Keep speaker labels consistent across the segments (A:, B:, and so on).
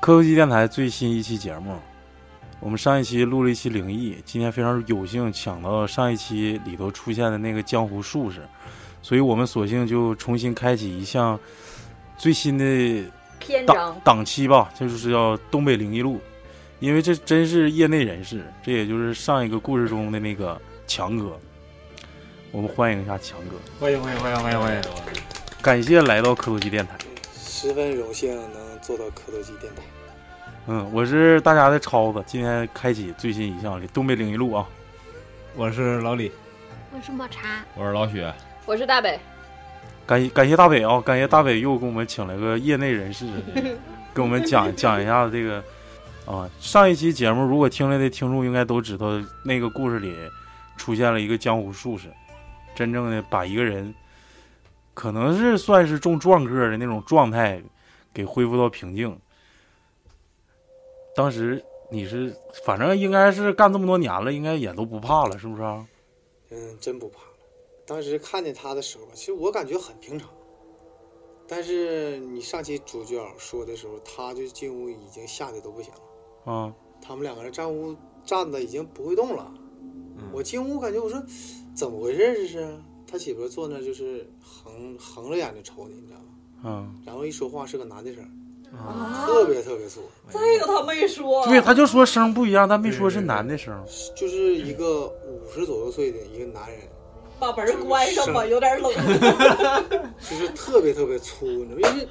A: 科技电台最新一期节目，我们上一期录了一期灵异，今天非常有幸抢到上一期里头出现的那个江湖术士，所以我们索性就重新开启一项最新的
B: 篇
A: 档
B: 章，
A: 档期吧，这就是叫东北灵异录，因为这真是业内人士，这也就是上一个故事中的那个强哥，我们欢迎一下强哥，
C: 欢迎欢迎欢迎欢迎欢迎！
A: 感谢来到科技电台。
D: 十分荣幸能做到科多基电台。
A: 嗯，我是大家的超子，今天开启最新一项的东北灵异录啊。
C: 我是老李，
E: 我是抹茶，
F: 我是老许，
B: 我是大北，
A: 感谢感谢大北啊，感谢大北又给我们请了个业内人士， 给我们讲讲一下这个啊。上一期节目，如果听了的听众应该都知道，那个故事里出现了一个江湖术士，真正的把一个人可能是算是中壮个的那种状态给恢复到平静。当时你是反正应该是干这么多年了，应该也都不怕了，是不是啊？
D: 嗯，真不怕了。当时看见他的时候，其实我感觉很平常。但是你上期主角说的时候，他就进屋已经吓得都不行了。
A: 啊，
D: 他们两个人站屋站的已经不会动了。我进屋感觉我说怎么回事儿这是？他媳妇儿坐那儿就是横横着眼睛瞅你，你知道吗？
A: 嗯。
D: 然后一说话是个男的声儿，
B: 啊
D: 特别特别粗，
B: 这个他没说，
A: 对，他就说声不一样，但没说是男的声。
D: 就是一个五十左右岁的一个男人，
B: 把门关上吧，有点冷。
D: 就是特别特别粗，你知道吗，因为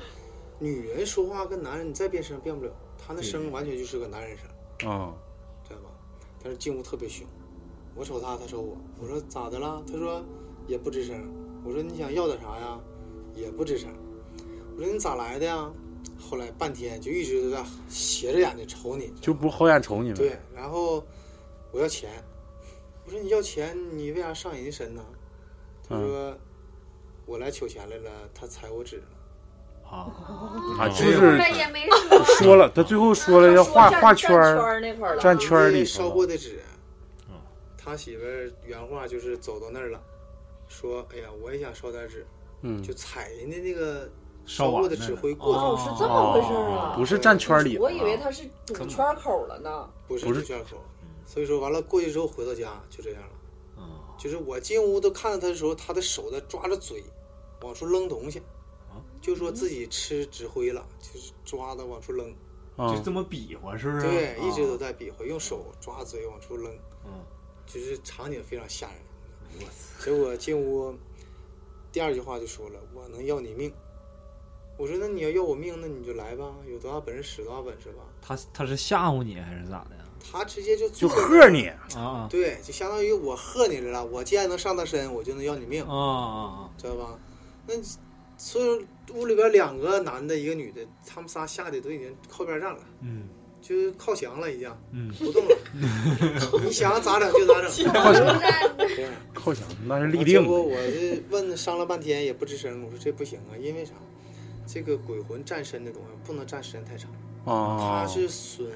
D: 女人说话跟男人你再变声变不了，她那声完全就是个男人声，
A: 嗯
D: 知道吗？但是进屋特别凶，我瞅她，她瞅我，我说咋的了？她说也不吱声。我说你想要点啥呀？也不吱声。我说你咋来的呀？后来半天就一直都在斜着眼睛瞅你，
A: 就不好眼瞅你们。
D: 对，然后我要钱，我说你要钱，你为啥上人身呢？他说、我来取钱来了，他踩我指了。
C: 啊，
A: 啊，就
E: 这
A: 是
E: 也没说。
A: 说了，他最后说了要画画圈儿，
B: 那块儿了，
A: 站圈儿啊里
D: 烧
A: 头
D: 过
A: 了。
D: 的纸。他媳妇儿原话就是走到那儿了，说：“哎呀，我也想烧点纸，
A: 嗯，
D: 就踩人家那个
C: 烧
D: 过的
C: 碗那
D: 纸
C: 个
D: 灰过
B: 哦
D: 去，
B: 是这么回事儿
A: 哦
B: 啊
A: 不是站圈里。
B: 我以为他是堵圈口了呢。
D: 不是
A: 不是
D: 圈口。所以说完了过去之后回到家就这样了。就是我进屋都看到他的时候，他的手在抓着嘴，往出扔东西，就说自己吃纸灰了，就是抓的往出扔。
C: 就
A: 啊
C: 这么比划是不是？
D: 对，一直都
C: 在。
D: 在比划，用手抓嘴往出扔，
C: 嗯，
D: 就是场景非常吓人。结果进屋，第二句话就说了：“我能要你命。”我说：“那你要要我命，那你就来吧，有多大本事使多大本事吧。
C: 他他是吓唬你还是咋的呀？”
D: 他直接就
A: 就
D: 坐那
A: 吓
D: 儿，
A: 你，
C: 啊
D: 对，就相当于我喝你来了，我既然能上他身，我就能要你命
C: 啊，啊
D: 知道吧？那所以屋里边两个男的，一个女的，他们仨吓得都已经靠边站了，
C: 嗯
D: 就是靠墙了，已经
C: 嗯，
D: 不动了。你想咋整就咋整。
A: 靠墙
D: 对
A: 靠墙，那是
D: 啊
A: 立
D: 结
A: 定
D: 果
A: 的。
D: 我这问商量半天也不吱声，我说这不行啊，因为啥？这个鬼魂站身的东西不能站时间太长，它
A: 啊，
D: 是损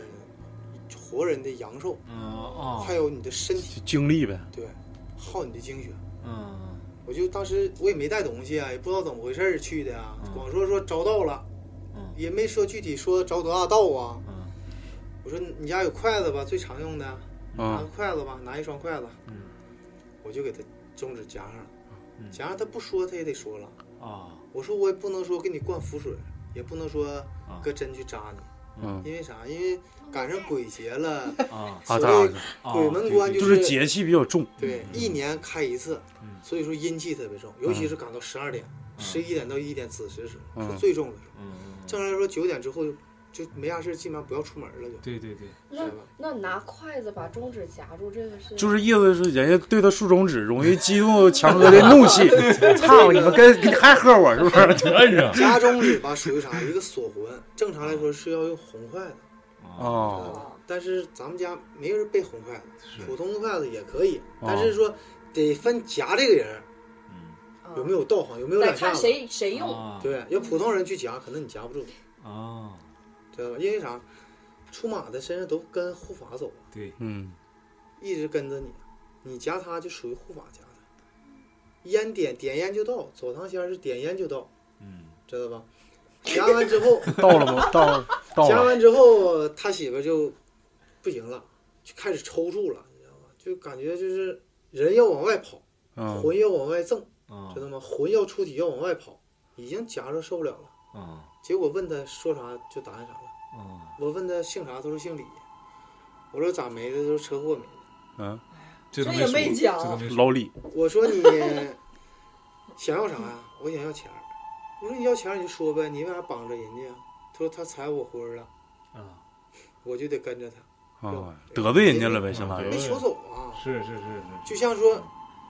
D: 活人的阳寿，
C: 啊啊
D: 还，有你的身体，
A: 就经历呗。
D: 对，耗你的精血。
C: 嗯
D: 我就当时我也没带东西啊，也不知道怎么回事儿去的啊，光说说着道了，
C: 嗯
D: 也没说具体说着多大道啊。
C: 嗯
D: 我说你家有筷子吧，最常用的，拿个
A: 啊，
D: 筷子吧，拿一双筷子，
C: 嗯
D: 我就给他中指夹上了，
C: 嗯
D: 夹上他不说他也得说了。
C: 啊
D: 我说我也不能说给你灌符水，也不能说
C: 啊
D: 搁针去扎你，
A: 嗯
D: 因为啥？因为赶上鬼节了，
C: 啊
A: 啊，
D: 所
A: 咱
D: 以
A: 俩
C: 啊！
D: 鬼门关
A: 就是是节气比较重。
D: 对一年开一次
C: 嗯，
D: 所以说阴气特别重，尤其是赶到十二点、十一点到一点子时时候
A: 嗯
D: 是最重的时候。
C: 嗯，
D: 正常来说九点之后就没啥事，基本上不要出门了就，
C: 对对对，
B: 那
D: 是吧？
B: 那拿筷子把中指夹住，这个是
A: 就是意思是，人家对他竖中指，容易激怒强哥的怒气。操你们跟跟还喝我是不是？
F: 真是
D: 家中里吧属于啥？一个锁魂，正常来说是要用红筷子，
A: 啊，
B: 哦
D: 但是咱们家没人备红筷子，普通筷子也可以，
A: 哦
D: 但是说得分夹这个人
B: 啊
D: 有没有道行，有没有
B: 得
D: 两下
B: 看
D: 子。
B: 谁谁
A: 哦
B: 用。
C: 啊
D: 对，要普通人去夹，可能你夹不住，
C: 啊，
D: 知道吧？因为啥？出马的身上都跟护法走，
C: 对，
A: 嗯，
D: 一直跟着你，你夹他就属于护法夹的。烟点点烟就到，走堂仙儿是点烟就到，
C: 嗯
D: 知道吧？夹完之后，
A: 到了吗？到了 到
D: 夹
A: 了，
D: 完之后，他媳妇就不行了，就开始抽搐了，你知道吗？就感觉就是人要往外跑，
A: 嗯
D: 魂要往外挣，
C: 啊
D: 知道吗？魂要出体要往外跑，已经夹着受不了了。
C: 啊
D: 结果问他说啥就答应啥了。
C: 啊！
D: 我问他姓啥，他说姓李。我说咋没的？他说车祸没的。
A: 嗯，
C: 这都
B: 这也
C: 说
B: 没讲
C: 这都没说
A: 老李，
D: 我说你 想要啥呀、我想要钱儿。我说你要钱儿你就说呗，你为啥绑着人家呀？他说他踩我婚儿了，
C: 啊，
D: 我就得跟着他，
A: 啊，得罪人家了呗，相
F: 嗯
A: 当于
D: 没
C: 对
D: 求走啊。
C: 是是是是，
D: 就像说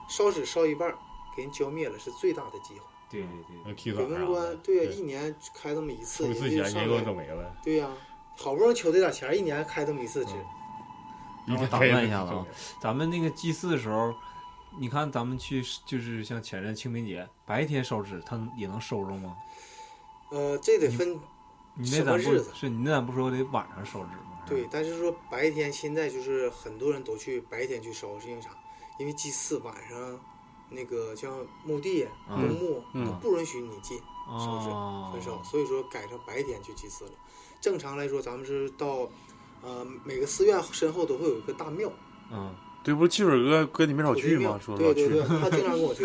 D: 烧纸烧一半儿，给人浇灭了是最大的机会。
C: 对对对，
F: 那踢
D: 鬼
F: 腿
D: 门
F: 啥
D: 关
F: 的，
D: 对呀、一年开这么一次，
F: 出一次
D: 人家
F: 险
D: 就上
F: 一共
D: 来
F: 都没 了，
D: 对呀、好不容易求这点钱儿，一年开这么一次纸，
F: 一
C: 我
F: 天
C: 打 断一下子啊
F: 就，
C: 咱们那个祭祀的时候，你看咱们去就是像前阵清明节白天烧纸，他也能收着吗？
F: 嗯
D: 呃，这得分
C: 你
D: 什
C: 那
D: 么
C: 咱不
D: 日子
C: 是你那咱不说得晚上烧纸吗？
D: 对，，
F: 嗯
D: 但是说白天现在就是很多人都去白天去烧，是因为啥？因为祭祀晚上那个像墓地、
C: 嗯
D: 公墓
A: 嗯
D: 都不允许你进烧纸
F: 嗯
C: 哦，
D: 焚烧，所以说改成白天去祭祀了。正常来说，咱们是到呃每个寺院身后都会有一个大庙，
C: 嗯
A: 对，不是汽水哥哥你没少
D: 土
A: 去
D: 地
A: 吗？
D: 庙，
A: 说
D: 对
A: 老
D: 对 对，
A: 去，
D: 他经常跟我去。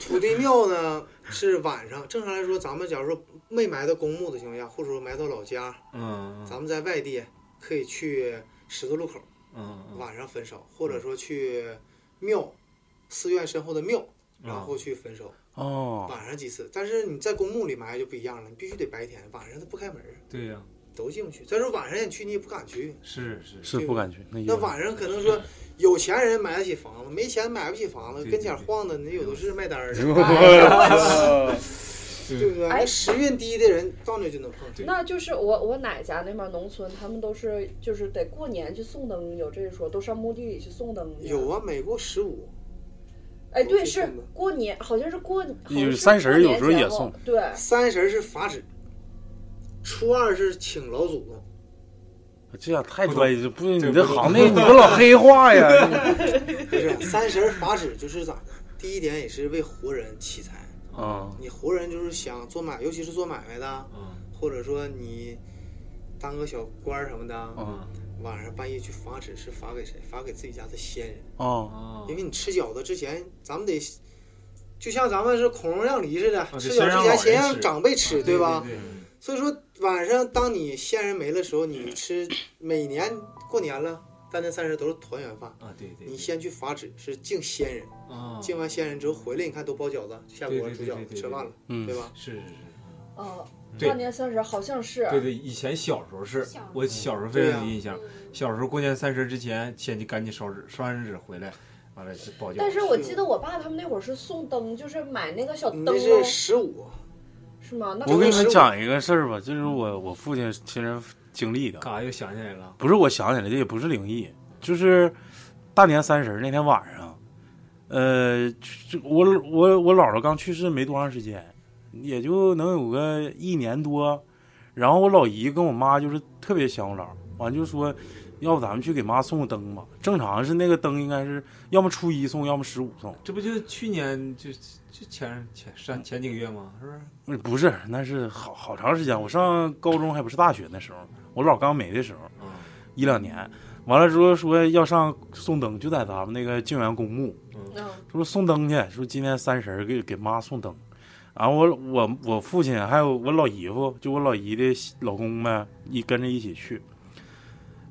D: 土地庙呢是晚上，正常来说，咱们假如说没埋到公墓的情况下，或者说埋到老家，
C: 嗯
D: 咱们在外地可以去十字路口。
C: 嗯
D: 晚上焚烧，或者说去庙、寺院身后的庙，然后去焚烧，
A: 哦，
D: 晚上祭祀。但是你在公墓里埋就不一样了，你必须得白天，晚上他不开门，
C: 对呀，
D: 都进不去。再说晚上你去你也不敢去，
C: 是是
A: 是不敢去，那意
D: 那
A: 思
D: 晚上可能说有钱人买得起房子，没钱买不起房子，
C: 对
D: 跟前晃的那有的是卖单 儿的，对不对？
B: 哎
D: 那时运低的人到那就能碰上。
B: 那就是我我奶家那边农村，他们都是就是得过年去送灯，有这一说，都上墓地里去送灯去。
D: 有啊，每过十五，
B: 哎，
D: 都
B: 对，
D: 去
B: 是
D: 送的
B: 过年，好像是过，好像
A: 有
B: 是
A: 三十儿
B: 过年
A: 有时候也
B: 前后
A: 送。
B: 对，
D: 三十儿是法旨，初二是请老祖宗。
A: 这样太专业，不是
C: 这
A: 你这
C: 不懂
A: 行 内你给老黑化呀？
D: 不是三十而法旨就是咋的？第一点也是为活人起财，
A: 啊，
D: 你活人就是想做买，尤其是做买卖的，
C: 嗯
D: 或者说你当个小官儿什么
C: 哦
D: 的，
A: 啊
C: 嗯
D: 晚上半夜去发纸是发给谁？发给自己家的先人，
A: 啊，
C: 啊
D: 因为你吃饺子之前，咱们得。就像咱们是孔融让梨似的，
C: 得
D: 吃
C: 啊先
D: 饺子
C: 让
D: 之前
C: 老
D: 先
C: 人
D: 让
C: 吃啊
D: 长辈吃，
C: 对
D: 吧？
C: 对
D: 所以说晚上当你先人没了的时候，你吃每年过年了，大年三十都是团圆饭，
C: 啊对对，
D: 你先去发纸是敬先人。
C: 啊
D: 敬完先人之后回来，你看都包饺子、下锅
C: 对
D: 煮
C: 对对
D: 饺
C: 对
D: 子、
C: 对
D: 吃饭了，
A: 嗯
D: 对，吧？
C: 是是是。
B: 哦，
C: 对
B: 大年三十好像是。啊
C: 对对，以前小时候是
E: 小时候
C: 我小时候非常有
D: 对呀
C: 印象，小时候过年三十之前先去赶紧烧纸，烧完纸回来，完了就包饺子。
B: 但是我记得我爸他们那会儿是送灯，就是买那个小
D: 你
B: 灯
D: 嗯那
B: 笼
D: 是，十五，
B: 是吗？那
A: 我给你们讲一个事儿吧，这是我我父亲亲身经历的，
C: 干啥又想起来了？
A: 不是我想起来，这也不是灵异，就是大年三十那天晚上，呃，这我我我姥姥刚去世没多长时间，也就能有个一年多，然后我老姨跟我妈就是特别想我姥，完就说，要不咱们去给妈送个灯吧？正常是那个灯应该是要么初一送，要么十五送，
C: 这不就去年就就前前上前几个月吗？是不是？
A: 嗯不是，那是好好长时间，我上高中还不是大学那时候，我姥刚没的时候。
C: 啊，
A: 一两年，完了之后说要上送灯，就在咱们那个静园公墓，
B: 嗯，
A: 说送灯去，说今天三十儿给给妈送灯。然后我我我父亲还有我老姨夫，就我老姨的老公呗，一跟着一起去。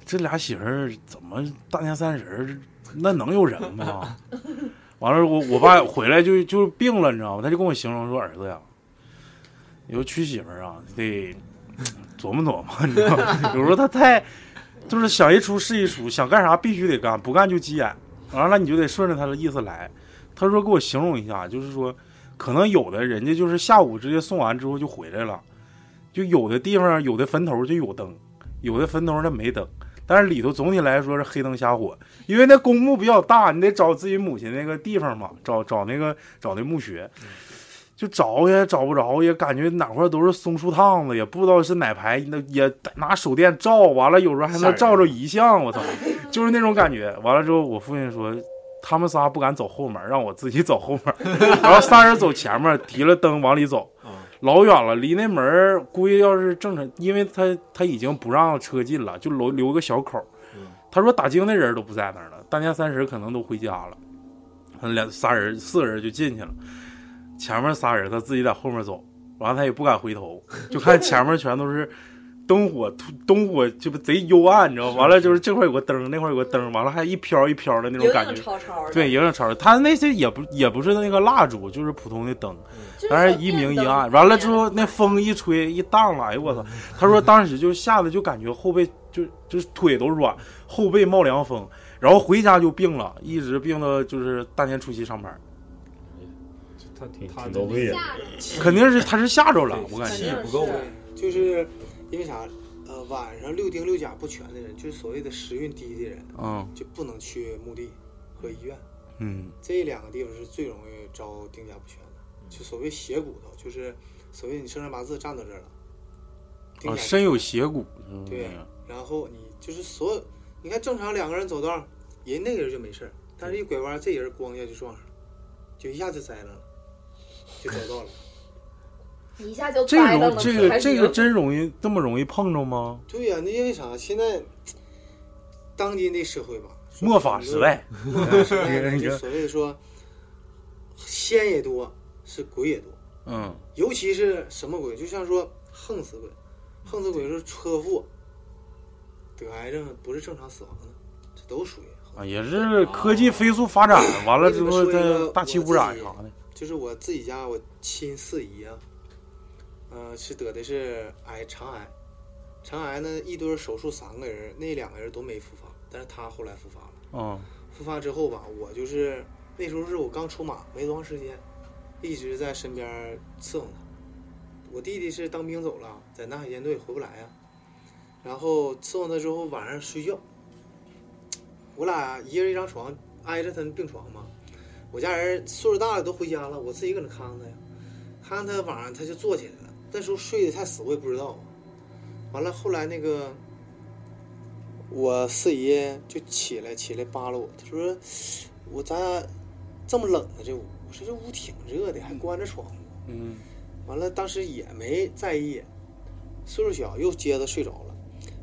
A: 这俩媳妇儿怎么大年三十儿那能有人吗？ 完了，我我爸回来就就病了，你知道吗？他就跟我形容说：“儿子呀，你说娶媳妇儿啊，得琢磨琢磨，你知道吗？ 有时候他太就是想一出是一出，想干啥必须得干，不干就急眼。完了，你就得顺着他的意思来。”他说给我形容一下，就是说，可能有的人家就是下午直接送完之后就回来了，就有的地方有的坟头就有灯，有的坟头它没灯，但是里头总体来说是黑灯瞎火，因为那公墓比较大，你得找自己母亲那个地方嘛，找找那个找那墓穴，
C: 嗯
A: 就找也找不着，也感觉哪块都是松树趟子，也不知道是哪排，那也拿手电照，完了有时候还
C: 吓
A: 能
C: 人啊
A: 照着遗像，我操，就是那种感觉。完了之后，我父亲说。他们 仨不敢走后门，让我自己走后门，然后仨人走前面，提了灯往里走。
C: 啊
A: 老远了，离那门儿估计要是正常，因为他他已经不让车进了，就留留个小口儿
C: 嗯。
A: 他说打更的人都不在那儿了，大年三十可能都回家了，他两仨人四个人就进去了，前面仨人他自己在后面走，完了他也不敢回 头，就看前面全都是灯火，突灯火就不贼幽暗，你知道吗？完了就是这块有个灯，那块有个灯，完了还一飘一飘的那种
B: 影
A: 感
B: 影
A: 觉。
B: 绰绰的，
A: 对，影影超市，他那些也不也不是那个蜡烛，就是普通的灯，
B: 就是
A: 但是
B: 小
A: 一
B: 电
A: 明一
B: 灯
A: 暗。完了之后，那风一吹一荡了，哎呦我操！他说当时就吓得就感觉后背就就是腿都软，后背冒凉风，然后回家就病了，一直病到就是大年初七上班，
C: 他
F: 挺
C: 他
F: 挺
C: 的
F: 到位的。
E: 吓着了，
A: 肯定是他是吓着了
C: 对，
A: 我感
B: 肯
C: 气
A: 觉
B: 定
C: 也不够
B: 是
C: 呗
D: 就是因为啥？呃，晚上六丁六甲不全的人，就是所谓的时运低的人，
A: 嗯
D: 就不能去墓地和医院。
A: 嗯
D: 这两个地方是最容易招丁甲不全的，就所谓邪骨头，就是所谓你生辰八字站到这儿了，
A: 啊，
D: 丁甲不全
A: 身有邪骨，嗯
D: 对然后你就是所有，你看正常两个人走道，人那个人就没事儿，但是一拐弯，这人咣一下就撞上了，就一下就栽上了，就走到了，
B: 一下就
A: 这
B: 掰
A: 个
B: 楞
A: 容
B: 了
A: 这
B: 还
A: 个这个
B: 行
A: 真容易这么容易碰着吗？
D: 对呀、那因为啥？现在当今的社会吧，说
A: 末法时代，
D: 末法 时代，就所谓说仙也多，是鬼也多，
A: 嗯
D: 尤其是什么鬼？就像说横死鬼，横死鬼是车祸、得癌症，不是正常死亡的，这都属于横死鬼。
A: 啊，也是科技飞速发展，完了之后
D: 我跟哦你们说一
A: 再
D: 个
A: 大气污染啥的。
D: 就是我自己家我亲四姨啊，呃，是得的是癌肠癌，肠癌呢一堆儿手术三个人，那两个人都没复发，但是她后来复发了。
A: 嗯
D: 复发之后吧，我就是那时候是我刚出马没多长时间，一直在身边伺候她。我弟弟是当兵走了，在南海舰队回不来呀、然后伺候他之后晚上睡觉，我俩一人一张床，挨着他的病床嘛。我家人岁数大了都回家了，我自己搁那看着他呀，看着他晚上他就坐起来了。那时候睡得太死，我也不知道啊。完了后来那个我四姨就起来起来扒拉我，她说：“我咱俩这么冷呢这屋，我说这屋挺热的，还关着窗户。
A: 嗯，”
D: 完了当时也没在意，岁数小又接着睡着了。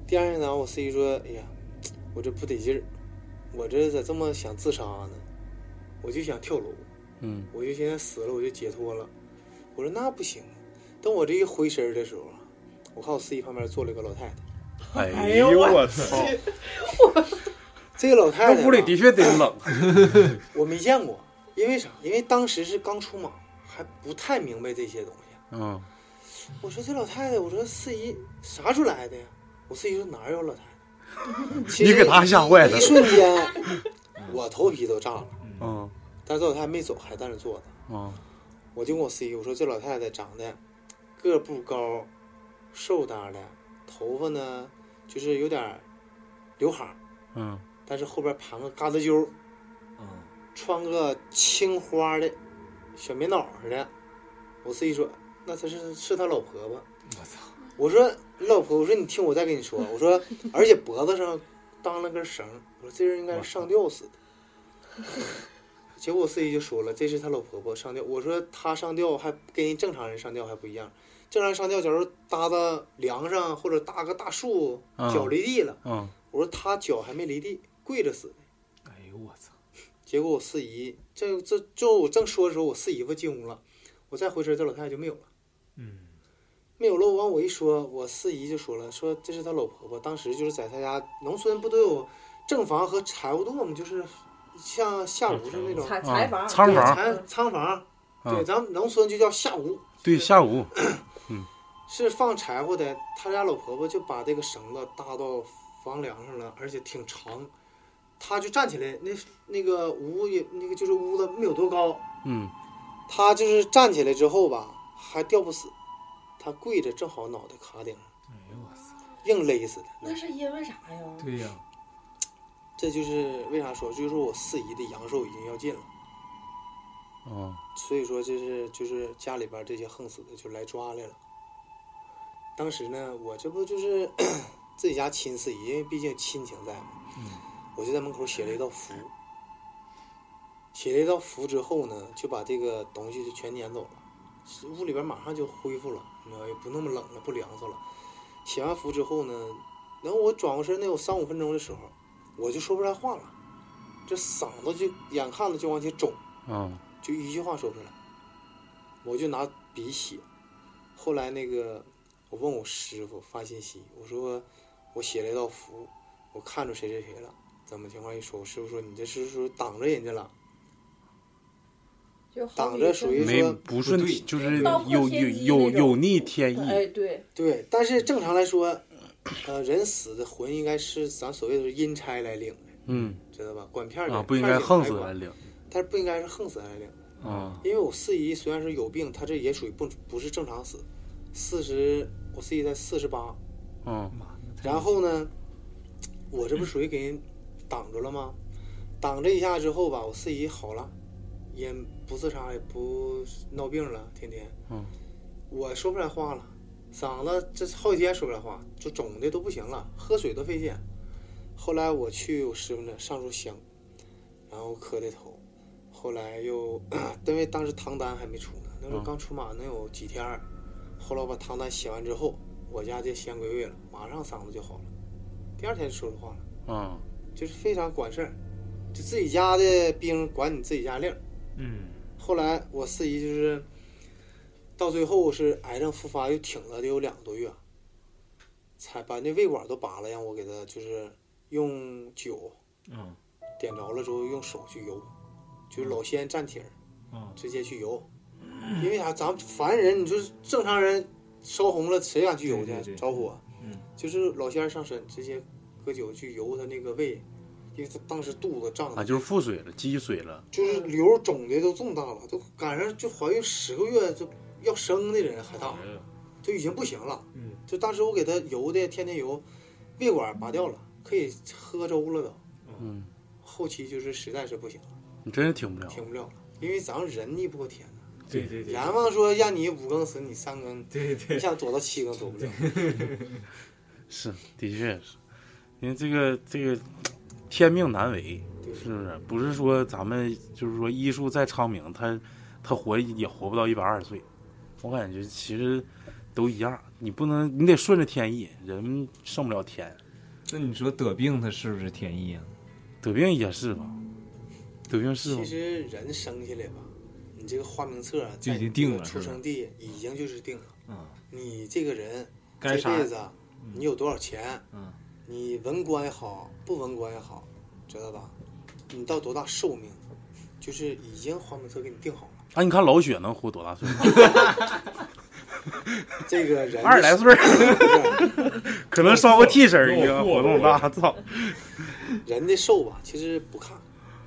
D: 第二天早上我四姨说：“哎呀，我这不得劲儿，我这咋这么想自杀呢？我就想跳楼。”
A: 嗯，
D: 我就寻思死了我就解脱了。我说那不行啊。等我这一回身儿的时候啊，我看我司机旁边坐了一个老太太。
A: 哎
F: 哎呦我操！
D: 这个老太太
A: 那
D: 吧
A: 屋里的确得冷。
D: 我没见过，因为啥？因为当时是刚出马，还不太明白这些东西。
A: 嗯
D: 我说这老太太，我说四姨啥时候来的呀？我四姨说哪有老太太？ 其实
A: 你给她吓坏了
D: 一瞬间，我头皮都炸了。
A: 嗯
D: 但是这老太太没走，还在那坐着。
A: 嗯
D: 我就跟我司仪我说这老太太长得个儿不高，瘦耷的，头发呢就是有点儿刘海儿，
A: 嗯
D: 但是后边盘个嘎子揪儿，
C: 嗯，
D: 穿个青花的小棉袄似的。我司仪说那她是是她老婆婆。
C: 我操，
D: 我说你老婆，我说你听我再跟你说，我说而且脖子上当了根绳儿，我说这人应该是上吊死的。结果我司机就说了，这是他老婆婆上吊。我说他上吊还跟正常人上吊还不一样，正常人上吊假如搭到梁上或者搭个大树，
A: 嗯
D: 脚离地了。
A: 嗯，
D: 我说他脚还没离地，跪着死的。
C: 哎呦我操，
D: 结果我四姨这这就我正说的时候，我四姨夫进屋了，我再回身，这老太太就没有了。
C: 嗯，
D: 没有了，我往我一说，我四姨就说了，说这是她老婆婆，当时就是在她家农村不都有正房和财务垛吗？就是像下屋是那种
B: 采采
A: 啊
B: 房
A: 仓
D: 对
A: 房
D: 财仓房，
A: 嗯
D: 对，咱们农村就叫下屋，
A: 对，下午
D: 是放柴火的。她家老婆婆就把这个绳子搭到房梁上了，而且挺长，她就站起来，那那个屋也那个就是屋子没有多高，
A: 嗯
D: 她就是站起来之后吧，还吊不死，她跪着正好脑袋卡顶上，
C: 哎呦我操，
D: 硬勒死的。
B: 那是因为啥呀？
C: 对呀，
D: 这就是为啥说，就是我四姨的阳寿已经要尽了，
A: 嗯，
D: 所以说这是就是家里边这些横死的就来抓来了。当时呢，我这不就是 自己家亲四姨，因为毕竟亲情在嘛，
C: 嗯
D: 我就在门口写了一道符。写了一道符之后呢，就把这个东西就全撵走了。屋里边马上就恢复了，你知道也不那么冷了，不凉快了。写完符之后呢，然后我转过身得有三五分钟的时候，我就说不出来话了，这嗓子就眼看着就往起肿，
A: 嗯
D: 就一句话说不出来，我就拿笔写。后来那个我问我师傅发信息，我说我写了一道符，我看着谁谁谁了，怎么情况一说，我师傅说你这是不是挡着人家了？
B: 就好
D: 挡
B: 比
D: 着
B: 是
D: 属于
A: 没
D: 说
A: 不顺
C: 不对，
A: 就是
B: 道破
A: 有有
B: 天机
A: 有
B: 那种
A: 有逆天意，
B: 哎，对，
D: 对，但是正常来说，呃，人死的魂应该是咱所谓的阴差来领的，
A: 嗯
D: 知道吧？管片儿的、
A: 啊，不应该横死来
D: 来，
A: 领
D: 但是不应该是横死来领的。
A: 啊，
D: 因为我四姨虽然是有病，她这也属于不不是正常死，四十，我四姨才四十八，
A: 嗯
C: 妈，那太
D: 然后呢，我这不属于给人挡着了吗？挡着一下之后吧，我四姨好了，也不自杀，也不闹病了，天天。
A: 嗯。
D: 我说不出来话了，嗓子这好几天说不出来话，就肿的都不行了，喝水都费劲。后来我去我师傅那上炷香，然后磕的头。后来又因为当时唐单还没出呢，那时候
A: 嗯
D: 刚出马能有几天儿。后来我把唐单写完之后，我家这香归位了，马上嗓子就好了，第二天就说出话了，
A: 嗯
D: 就是非常管事儿，就自己家的兵管你自己家令儿。
C: 嗯，
D: 后来我四姨就是到最后是癌症复发，又挺了得有两个多月，才把那胃管都拔了，让我给她就是用酒
C: 嗯
D: 点着了之后用手去揉，就是老先蘸体儿
C: 嗯
D: 直接去揉，因为啊啥？咱们凡人，你就是正常人烧红了，谁敢去揉
C: 对对
D: 去
C: 对
D: 着火？啊
C: 嗯
D: 就是老仙儿上身，直接喝酒去揉他那个胃，因为他当时肚子胀
A: 啊，
D: 的，
A: 就是腹水了，积水了，
D: 就是瘤肿的都这么大了，都赶上就怀孕十个月就要生的人还大，
C: 哎
D: 就已经不行了。
C: 嗯
D: 就当时我给他揉的，天天揉，胃管拔掉了，可以喝粥了都。
A: 嗯，
D: 后期就是实在是不行了，
A: 你真是挺不了，
D: 停不了了，因为咱们人逆不过天呐。
C: 对对对，
D: 阎王说让你五更死，你三更，
C: 对
D: 你
C: 对
D: 想躲到七更躲不了。
A: 是，的确是，因为这个这个天命难违，
D: 对
A: 是不是？不是说咱们就是说医术再昌明，他他活也活不到一百二十岁。我感觉其实都一样，你不能，你得顺着天意，人胜不了天。
C: 那你说得病他是不是天意啊？
A: 得病也是吧，得病是吧
D: 其？实人生下来吧，你这个花名册啊
C: 就已经
D: 在你
C: 定
D: 这个
C: 了是
D: 出
C: 吧
D: 生地已经就是定了。
C: 嗯，
D: 你这个人
C: 该
D: 这
C: 啥
D: 辈子啊你有多少钱，
C: 嗯
D: 你文官也好，不文官也好，知道吧？你到多大寿命，就是已经花名册给你定好了。
A: 啊，你看老雪能活多大岁数？
D: 这个人
A: 二十来岁儿，
D: 岁，
A: 可能穿个替身 儿一样，活
C: 我
A: 动大，操！
D: 人的寿吧，其实不看。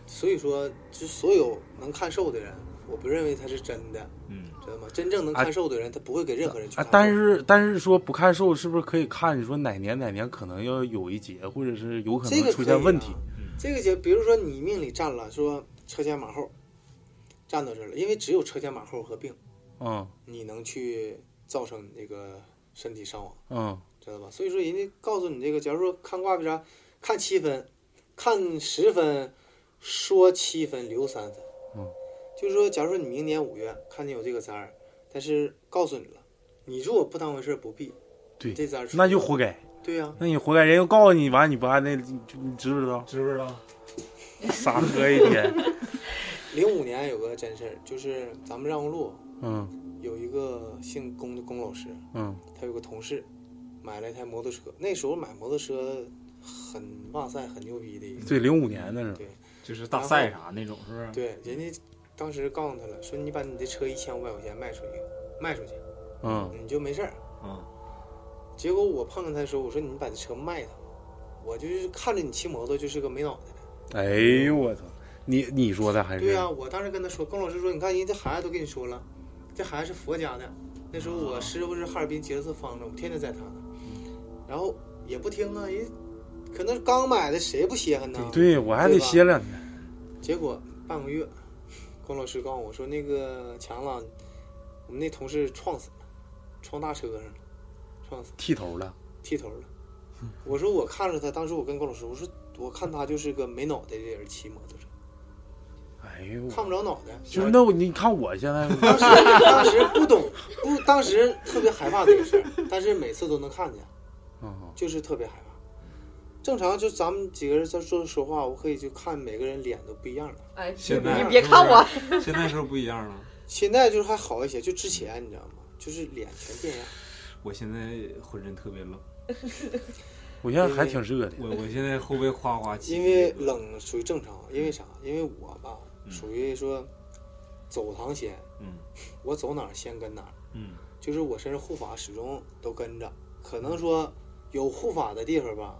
D: 所以说，就所有能看寿的人，我不认为他是真的，
C: 嗯，
D: 知道吗？真正能看寿的人，他不会给任何人去
A: 啊
D: 看寿。，
A: 但是但是说不看寿是不是可以看？你说哪年哪年可能要有一劫，或者是有可
D: 这
A: 能
D: 个
A: 出
D: 可以
A: 现
D: 啊
A: 问题？嗯
D: 这个就比如说你命里占了，说车前马后，占到这儿了，因为只有车前马后和病，
A: 嗯
D: 你能去造成那个身体伤亡。
A: 嗯
D: 知道吧？所以说人家告诉你这个，假如说看卦为啥看七分，看十分，说七分留三分，
A: 嗯，
D: 就是说，假如说你明年五月看见有这个灾儿，但是告诉你了，你如果不当回事儿不避，
A: 对
D: 这灾儿出
A: 那就
D: 了
A: 活该。
D: 对呀、
A: 那你活该，人又告诉你，完你不按那，你你知不知道？
C: 知不知道？
A: 傻喝一天，
D: 零五年有个真事儿，就是咱们让红路
A: 嗯
D: 有一个姓龚的龚老师，
A: 嗯
D: 他有个同事买了一台摩托车，那时候买摩托车很哇塞，很牛逼的一个，
A: 对，零五年那是，
C: 就是大赛啥那种是
A: 嗯
C: 不是？
D: 对，人家当时告诉他了，说你把你的车一千五百块钱卖出去，卖出去
A: 嗯
D: 你就没事儿。
C: 嗯
D: 结果我碰见他的时候，我说你把这车卖了，我就是看着你骑摩托就是个没脑袋的。
A: 哎呦我操，你你说的哎还是
D: 对呀、我当时跟他说，龚老师说，你看人家这孩子都跟你说了，这孩子是佛家的。那时候
A: 哦
D: 我师傅是哈尔滨杰斯方的，我天天在他那，
A: 嗯
D: 然后也不听啊，人可能刚买的，谁不稀罕呢？
A: 对我还得
D: 对吧
A: 歇两天，
D: 结果半个月，龚老师告诉我说，那个强子，我们那同事撞死了，撞大车上了，撞死
A: 剃头了，
D: 剃头了。我说我看着他，当时我跟龚老师我说，我看他就是个没脑袋的人骑摩托车。
A: 哎呦，
D: 看不着脑袋。
A: 就是那我你看我现在
D: 当时当时不懂，不当时特别害怕这个事儿，但是每次都能看见，
A: 嗯
D: 就是特别害怕。正常就咱们几个人在说说话，我可以就看每个人脸都不一样了。
B: 哎，
C: 现
B: 你
C: 在
B: 别看我，
C: 现在是不是不一样了？
D: 现在就是还好一些，就之前你知道吗？就是脸全变样。
C: 我现在浑身特别冷，
A: 我现在还挺热的，
C: 我我现在后背哗哗起。
D: 因为冷属于正常，因为啥？因为我吧，
C: 嗯
D: 属于说走堂先，
C: 嗯
D: 我走哪儿先跟哪儿，
C: 嗯
D: 就是我身上护法始终都跟着。可能说有护法的地方吧，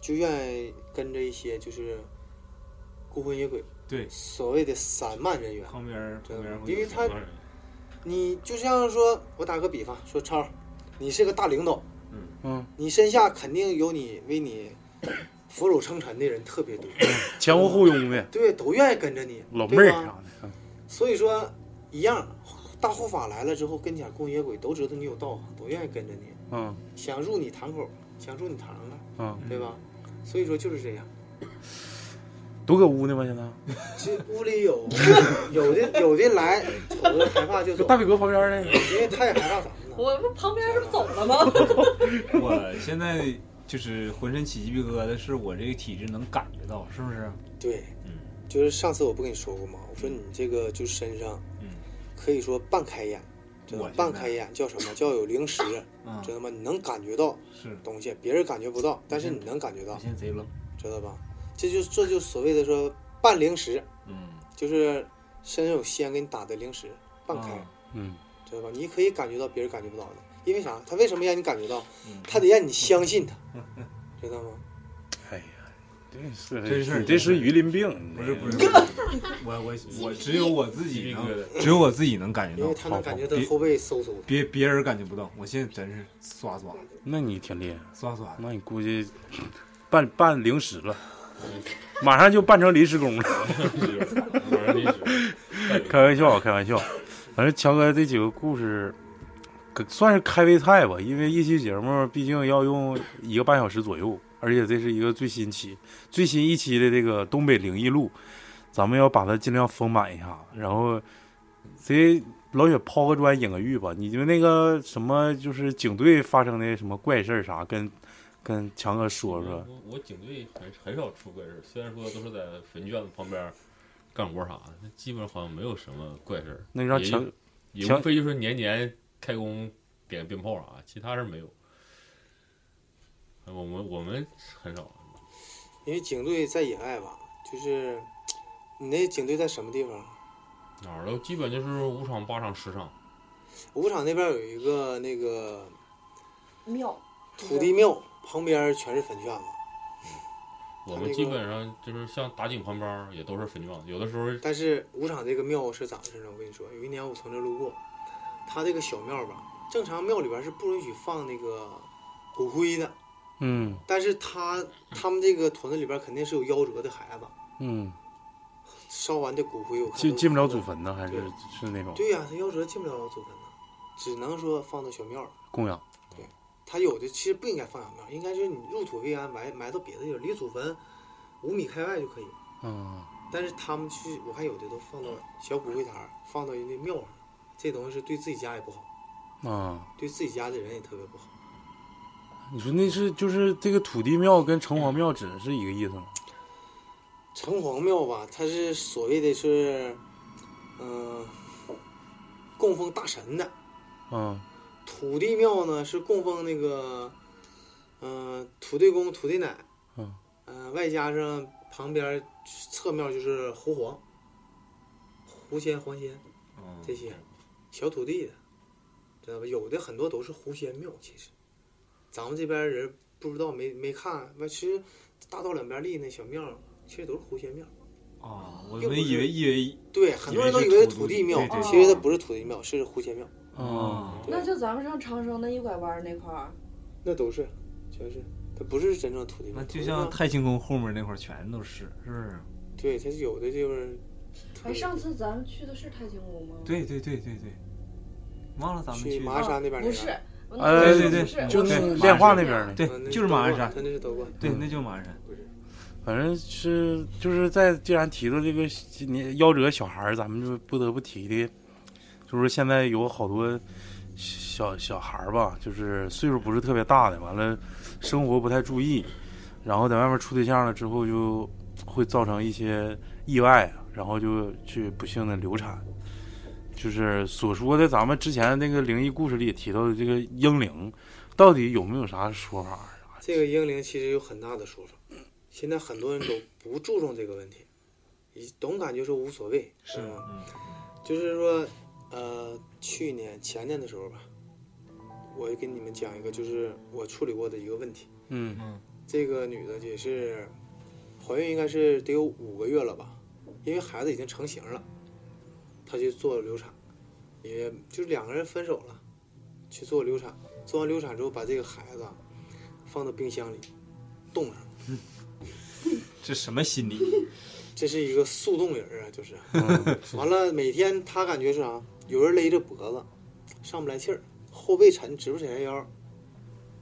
D: 就愿意跟着一些就是孤魂野鬼，
C: 对，
D: 所谓的散漫人员。
C: 嗯旁边儿旁边儿会有
D: 因为他
C: 很多人
D: 你就像说，我打个比方说，超儿，你是个大领导，
A: 嗯，
D: 你身下肯定有你为你扶手撑船的人特别多，
A: 前呼后拥的
D: 对，都愿意跟着你，
A: 老妹
D: 对
A: 儿啊
D: 吧
A: 啥的，
D: 所以说一样，大护法来了之后，跟前孤魂野鬼都知道你有道行，都愿意跟着你，
A: 嗯
D: 想入你堂口，想入你堂了，
A: 嗯，
D: 对吧？所以说就是这样，
A: 都搁屋呢吗？现在
D: 这屋里有 有的有的来，瞅着害怕就
A: 搁
D: 走，
A: 大伟哥旁边儿呢，
D: 因为他也害怕咱们呢。
B: 我不旁边这不走了吗？
C: 我现在就是浑身起鸡皮疙瘩，是我这个体质能感觉到，是不是？
D: 对，
C: 嗯
D: 就是上次我不跟你说过吗？我说你这个就身上
C: 嗯
D: 可以说半开眼，知道
C: 我
D: 吗
C: 现在
D: 半开眼叫什么？叫有灵识，
C: 啊，
D: 知道吗？你能感觉到
C: 是，
D: 东西，别人感觉不到，但是你能感觉
C: 我
D: 到，
C: 现在贼冷。
D: 知道吧？这就这就所谓的说半灵识，
C: 嗯，
D: 就是身上有仙给你打的灵识，半开，
C: 啊
A: 嗯
D: 知道吧？你可以感觉到别人感觉不到的，因为啥？他为什么让你感觉到？
C: 嗯
D: 他得让你相 信他，知道吗？
A: 哎呀，真是
C: 真是
A: 你这是鱼鳞病，
C: 不是不是，我我我只有我自己能，只有我自己能感觉
D: 因为
C: 到，
D: 他能感觉到
C: 别
D: 后背嗖嗖的。
C: 别别人感觉不到。我现在真是刷刷
A: 那你挺厉害，
C: 刷刷，
D: 嗯
A: 那你估计办办零食了，马上就办成临时工了。
C: 啊
A: 开玩笑，开玩笑。反正强哥这几个故事，可算是开胃菜吧，因为一期节目毕竟要用一个半小时左右，而且这是一个最新期、最新一期的这个东北灵异录，咱们要把它尽量丰满一下。然后，谁老雪抛个砖引个玉吧，你们那个什么就是警队发生的什么怪事儿啥，跟跟强哥说说。
F: 我我警队很很少出怪事儿，虽然说都是在坟圈子旁边儿干活啥的，那基本上好像没有什么怪事儿，
A: 那让
F: 也
A: 强
F: 也
A: 行
F: 无非就是年年开工点鞭炮啥，其他是没有。我们我们很少，
D: 因为警队在野外吧，就是你那警队在什么地方？
F: 哪儿都基本就是五场八场十场，
D: 五场那边有一个那个
B: 庙，
D: 土地庙，旁边全是坟圈子，
F: 我
D: 他那
F: 们
D: 个
F: 基本上就是像打井旁边儿也都是坟圈，有的时候
D: 但是五场这个庙是咋回事呢？我跟你说，有一年我从这路过，它这个小庙吧，正常庙里边是不允许放那个骨灰的，
A: 嗯
D: 但是他他们这个屯子里边肯定是有夭折的孩子，
A: 嗯，
D: 烧完这骨灰我看
A: 进
D: 都
A: 进不了祖。坟呢，还是
D: 对
A: 是那种
D: 对呀、他夭折进不了祖坟呢，只能说放到小庙儿。
A: 供养？
D: 他有的其实不应该放小庙儿，应该是你入土为安，埋埋到别的地儿，离祖坟五米开外就可以。
A: 嗯。
D: 但是他们去，我看有的都放到小骨灰坛儿，放到人家庙上，这东西是对自己家也不好，
A: 啊，
D: 对自己家的人也特别不好。
A: 你说那是就是这个土地庙跟城隍庙指的是一个意思吗？
D: 城隍庙吧，它是所谓的是，嗯、供奉大神的；
A: 嗯
D: 土地庙呢是供奉那个，嗯、土地公、土地奶，
A: 嗯
D: 呃外加上旁边儿侧面就是狐皇、狐仙、黄仙。
C: 嗯，
D: 这些小土地的，知道吧？有的很多都是狐仙庙，其实咱们这边人不知道没没看，完其实大道两边立那小庙，其实都是狐仙庙。
C: 啊，我们以为以为
D: 对，很多人都以
C: 以为
D: 为
C: 是
D: 是
C: 土
D: 土
C: 地
D: 地庙
C: 对
B: 对，
D: 其实它不是土地庙，是狐仙庙，
C: 嗯
A: 啊，
B: 那就咱们上长生那一拐弯儿那块儿，哎
D: 那都是，全是，它不是真正土地庙。
C: 那就
D: 土地
C: 像
D: 庙
C: 太清宫后面那块儿全都是，是不是？
D: 对，它是有的地方特
B: 哎，
D: 别。
B: 上次咱们去的是太清宫吗？
C: 对对对对对，忘了咱们
D: 去
C: 去
D: 马
B: 啊，
D: 鞍山那边
B: 不
D: 那
B: 是
D: 个，
B: 我
A: 呃
B: 那
C: 嗯
B: 不
C: 对对对
B: 是
A: 就
B: 我
A: 那
B: 是
A: 炼化那边儿
C: 对
D: 嗯，
C: 就是马鞍山，
D: 它那是道观。
C: 对，那就是马鞍山。
D: 不是
A: 反正是就是在既然提到这个年夭折小孩儿，咱们就不得不提的，就是现在有好多小小孩儿吧，就是岁数不是特别大的，完了生活不太注意，然后在外面处对象了之后，就会造成一些意外，然后就去不幸的流产。就是所说的咱们之前那个灵异故事里也提到的这个婴灵，到底有没有啥说法？
D: 这个婴灵其实有很大的说法，现在很多人都不注重这个问题，一总感觉说无所谓，
C: 是
D: 吗？
C: 嗯，
D: 就是说，呃，去年前年的时候吧，我就跟你们讲一个，就是我处理过的一个问题。
A: 嗯
D: 这个女的也是怀孕，应该是得有五个月了吧，因为孩子已经成型了，她去做流产，也就是两个人分手了，去做流产。做完流产之后，把这个孩子啊放到冰箱里冻上，
C: 这什么心理？
D: 这是一个速冻人啊，就是。
A: 嗯
D: 完了，每天他感觉是啥？有人勒着脖子，上不来气儿，后背沉，直不起来腰。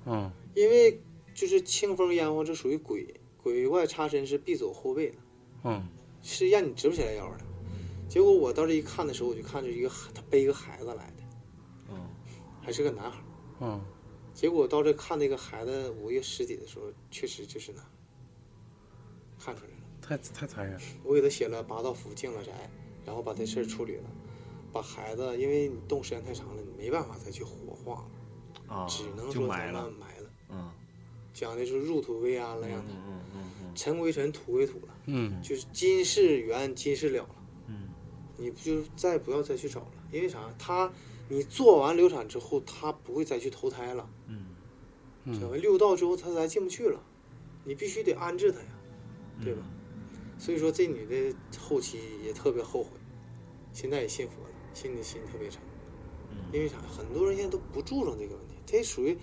A: 嗯
D: 因为就是清风烟火，这属于鬼鬼怪插身是必走后背的，
A: 嗯
D: 是让你直不起来腰的。结果我到这一看的时候，我就看着一个他背一个孩子来的，
C: 嗯，
D: 还是个男孩儿。
A: 嗯
D: 结果到这看那个孩子午夜尸体的时候，确实就是男孩儿，看出来了。
A: 太太残忍了。
D: 我给他写了八道符，进了宅，然后把这事儿处理了，把孩子，因为你冻时间太长了，你没办法再去火化了，
C: 啊，
D: 只能
C: 就
D: 说
C: 埋
D: 咱
C: 了
D: 们，埋了，
C: 嗯
D: 讲的是入土为安了，让
C: 嗯
D: 他
C: 嗯嗯
D: 尘归尘，土归土了，
A: 嗯
D: 就是今世缘，今世了了，
C: 嗯
D: 你不就再不要再去找了，因为啥？他你做完流产之后，他不会再去投胎了，
C: 嗯
A: 嗯
D: 知道吧？六道之后他才进不去了，你必须得安置他呀。
C: 嗯，
D: 对吧？所以说这女的后期也特别后悔，现在也信佛了，信的心特别诚。
C: 嗯，
D: 因为啥？很多人现在都不注重这个问题，这属于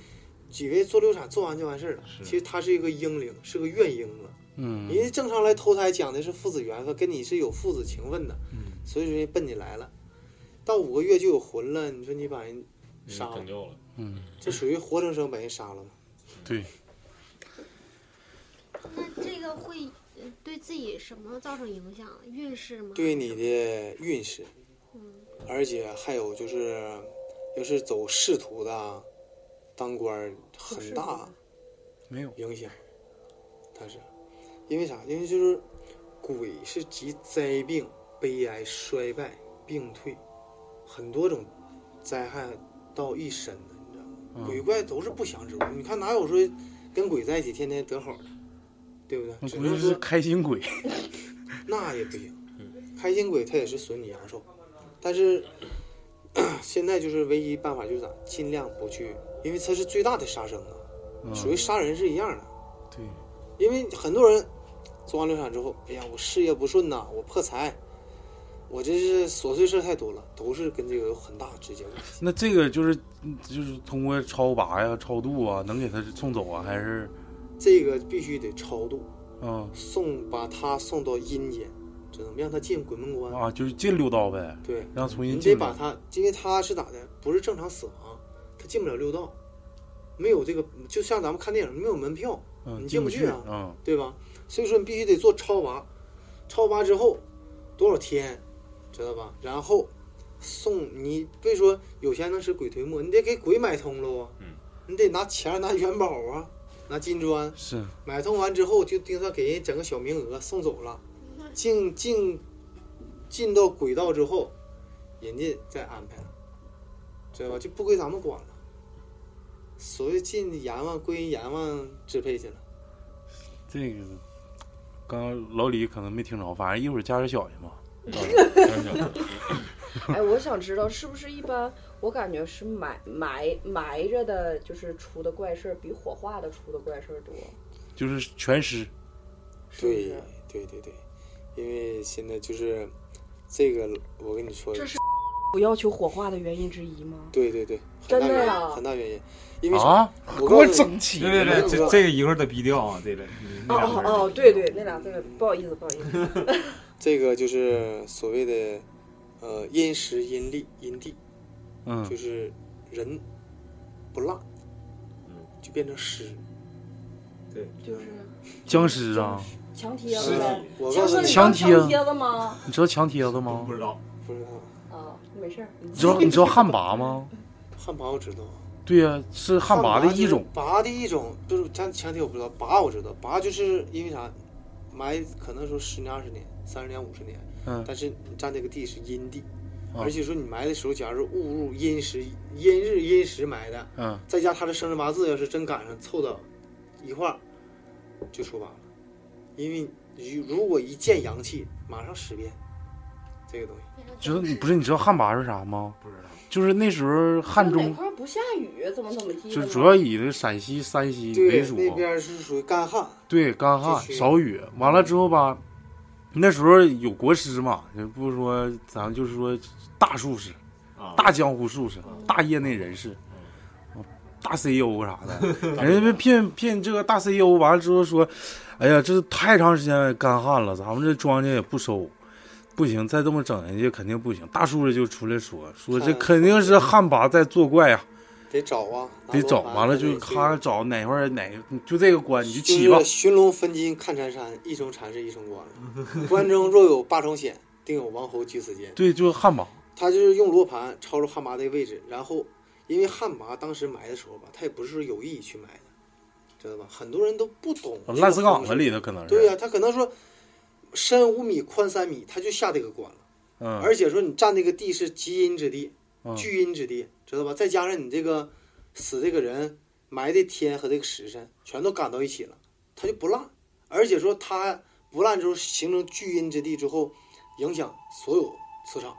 D: 以为做流产做完就完事儿了。
C: 是
D: 其实它是一个婴灵，是个怨婴了。
A: 嗯
D: 人家正常来投胎讲的是父子缘分，跟你是有父子情分的，
C: 嗯
D: 所以说人家奔你来了。到五个月就有魂了，你说你把人杀了
F: 整，掉了。
A: 嗯，
D: 这属于活生生把人杀了吗？
A: 对，
E: 那这个会呃对自己什么造成影响？运势吗？
D: 对你的运势，
E: 嗯，
D: 而且还有就是，要是走仕途的，当官儿很
E: 走仕
D: 大
E: 途
A: 没有。
D: 影响。他是因为啥？因为就是鬼是集灾病、悲哀、衰败、病退，很多种灾害到一身的，你知道吗？鬼
A: 嗯，
D: 怪都是不祥之物。你看哪有说跟鬼在一起天天得好的，对不
A: 那
D: 对？只
A: 估计
D: 能
A: 是
D: 说
A: 开心鬼。
D: 那也不行，
A: 嗯
D: 开心鬼他也是损你阳寿，但是 现在就是唯一办法就是咋，尽量不去，因为它是最大的杀生啊，
A: 嗯，
D: 属于杀人是一样的。
A: 啊对，
D: 因为很多人做完流产之后，哎呀，我事业不顺呐，我破财，我这是琐碎事太多了，都是跟这个有很大直接关系。
A: 那这个就是就是通过超拔呀、超度啊，能给他送走啊，还是
D: 这个必须得超度，
A: 嗯
D: 送把他送到阴间，知道吗？让他进鬼门关。
A: 啊，就是进六道呗，
D: 对，
A: 让重
D: 你
A: 新
D: 得
A: 进
D: 把
A: 来。
D: 他，因为他是咋的，不是正常死亡，他进不了六道，没有这个，就像咱们看电影没有门票，
A: 嗯，
D: 你
A: 进
D: 进
A: 不
D: 不
A: 去
D: 去啊
A: 嗯
D: 对吧？所以说你必须得做超拔，超拔之后多少天，知道吧？然后送你，别说有钱能使鬼推磨，你得给鬼买通了啊，
F: 嗯
D: 你得拿钱拿元宝啊，拿金砖
A: 是，
D: 买通完之后，就定算给人整个小名额送走了，进进进到轨道之后，人家再安排了，知道吧？就不归咱们管了。所谓进阎王归人阎王支配去了。
A: 这个刚刚老李可能没听着，反正一会儿加点小心嘛。
B: 哎，我想知道是不是一般，我感觉是埋埋埋着的，就是出的怪事儿比火化的出的怪事儿多，
A: 就是全尸，
B: 是不
D: 对
B: 是？
D: 对对对，因为现在就是这个，我跟你说，
B: 这是不要求火化的原因之一吗？
D: 对对对，很
B: 真
D: 大
B: 的啊
D: 原因，
B: 呀
D: 很大原因，因为啥？
A: 啊，给
D: 我告
A: 我
D: 诉你，
A: 整起
C: 对对
A: 来了。
C: 对，这这个一会儿得逼掉啊，这个。嗯
B: 哦
C: 那两
B: 哦
C: 个人
B: 哦，对对，那俩字儿不好意思，不好意思。
D: 这个就是所谓的呃阴时阴历阴地，就
A: 嗯
D: 是人不辣
F: 嗯，
D: 就变成湿，
B: 就是
A: 僵尸啊，
B: 墙贴
D: 尸
B: 子呗。
D: 体，我
B: 强
D: 告诉
B: 哥，
D: 你，
B: 你
A: 强
B: 当
A: 贴
B: 墙贴子吗？
A: 你知道墙贴子吗
C: 不？知道，
D: 不知道
B: 啊，没事儿。你
A: 你知道你知道旱魃吗？
D: 旱魃我知道，
A: 对呀、是旱魃的一种。，
D: 魃的一种就是咱前提我不知道，魃我知道，魃就是因为啥，埋可能说十年、二十年、三十年、五十年，
A: 嗯
D: 但是你占这个地是阴地，
A: 啊
D: 而且说你埋的时候，假如误入阴时、阴日、阴时埋的，
A: 嗯，
D: 再加他的生辰八字，要是真赶上凑到一块儿，就说完了。因为如如果一见阳气，马上尸变，这个东西。
A: 知道你不是你知道旱魃是啥吗？
C: 不知道。
A: 就是那时候汉
B: 哪
A: 中，
B: 块儿不下雨，怎么怎么地的
A: 就
B: 呢？
A: 主要以这个陕西、山西为
D: 对，
A: 主。啊
D: 那边是属于干旱，
A: 对，干旱
D: 就是
A: 少雨，完了之后吧，那时候有国师嘛，也不是说咱们就是说大术士、
C: 啊，
A: 大江湖术
D: 嗯
A: 士、大业内人士、大 CEO 啥 的，人
D: E
A: 家骗骗这个大 CEO，完了之后说，哎呀，这太长时间干旱了，咱们这庄稼也不收。不行，再这么整下去肯定不行。大叔这就出来说说，这
D: 看
A: 肯定是旱魃在作怪呀、
D: 得找啊，拿
A: 得
D: 罗
A: 找。
D: 盘
A: 完了
D: 得
A: 就
D: 去
A: 咔找哪块儿哪，就这个关你就起
D: 就
A: 吧
D: 是。寻龙分金看缠山，一重禅是一重关。关中若有八重险，定有王侯居此间。
A: 对，就是旱魃。
D: 他就是用罗盘抄着旱魃的位置，然后因为旱魃当时埋的时候吧，他也不是说有意去埋的，知道吧？很多人都不懂这个
A: 烂死岗
D: 风
A: 子
D: 水
A: 里头可能是。
D: 对呀、他可能说深五米宽三米，他就下这个关了。
A: 嗯，
D: 而且说你占这个地是极阴之地
A: 嗯、
D: 聚阴之地，知道吧？再加上你这个死这个人埋的天和这个时辰全都赶到一起了，它就不烂。而且说它不烂之后形成聚阴之地之后，影响所有磁场，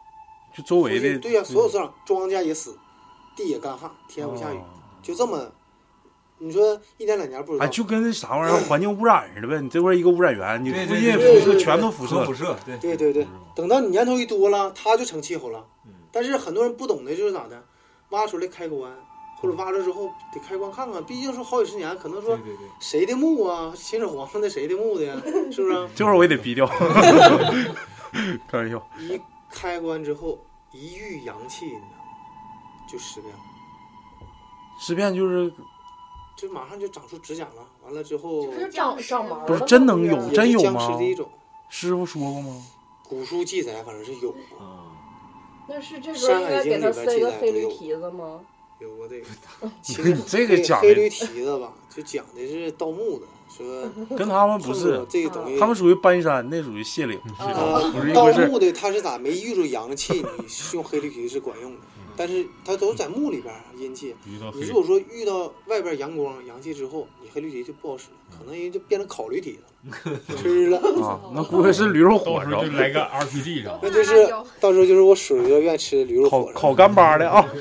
A: 就周围
D: 附
A: 的嗯
D: 近对呀、所有磁场，庄稼也死，地也干旱，天不下雨，
A: 哦
D: 就这么。你说一年两年不知道，
A: 哎，就跟那啥玩意儿环境污染似的呗。你这块儿一个污染源，你
C: 对
A: 附
C: 对
A: 近
D: 对
A: 辐射
D: 对
A: 全都辐射
C: 核辐
A: 了。
C: 射，对
D: 对对对，等到你年头一多了，它就成气候了
C: 嗯。
D: 但是很多人不懂的就是咋的，挖出来开棺，
A: 嗯
D: 或者挖了之后得开棺看看，毕竟说好几十年，可能
C: 对
D: 说
C: 对对，
D: 谁的墓啊，秦始皇的谁的墓 的呀，是不是？
A: 这会儿我也得逼掉。 开玩笑，
D: 一开棺之后，一遇阳气，你知道吗？就尸变了，
A: 尸变就是
D: 就马上就长出指甲了。完了之后，
B: 不是长长毛了吗
A: 不是真能有
D: 也
A: 真
D: 是
A: 有
D: 僵
A: 吗
D: 尸的一种，
A: 师傅说过吗？
D: 古书记载反正是有过，
C: 啊，
B: 那是这时候应该给他塞个黑驴蹄子吗？
D: 有过这个。其实
A: 你 这个讲
D: 黑驴
A: 的
D: 蹄子吧，就讲的是盗墓的，说
A: 跟他们嗯不
D: 碰
A: 是
D: 到，这个东西，
A: 他们属于搬山，那属于卸岭，
D: 呃，
A: 不是一
D: 盗
A: 回事儿。
D: 墓的他是咋没遇着阳气，你是用黑驴蹄是管用的，
A: 嗯
D: 但是他都在墓里边儿阴气。
F: 遇到
D: 你
F: 黑
D: 如果说遇到外边阳光阳气之后，你黑驴蹄就不好使了，可能人就变成烤驴蹄了， 吃了。
A: 啊，那估计是驴肉
F: 到
A: 火
F: 时候
A: 烧
F: 就，来个 RPG 啥的。
D: 那就是到时候就是我水哥愿意吃驴肉
A: 烤
D: 火烧
A: 烤干巴的啊。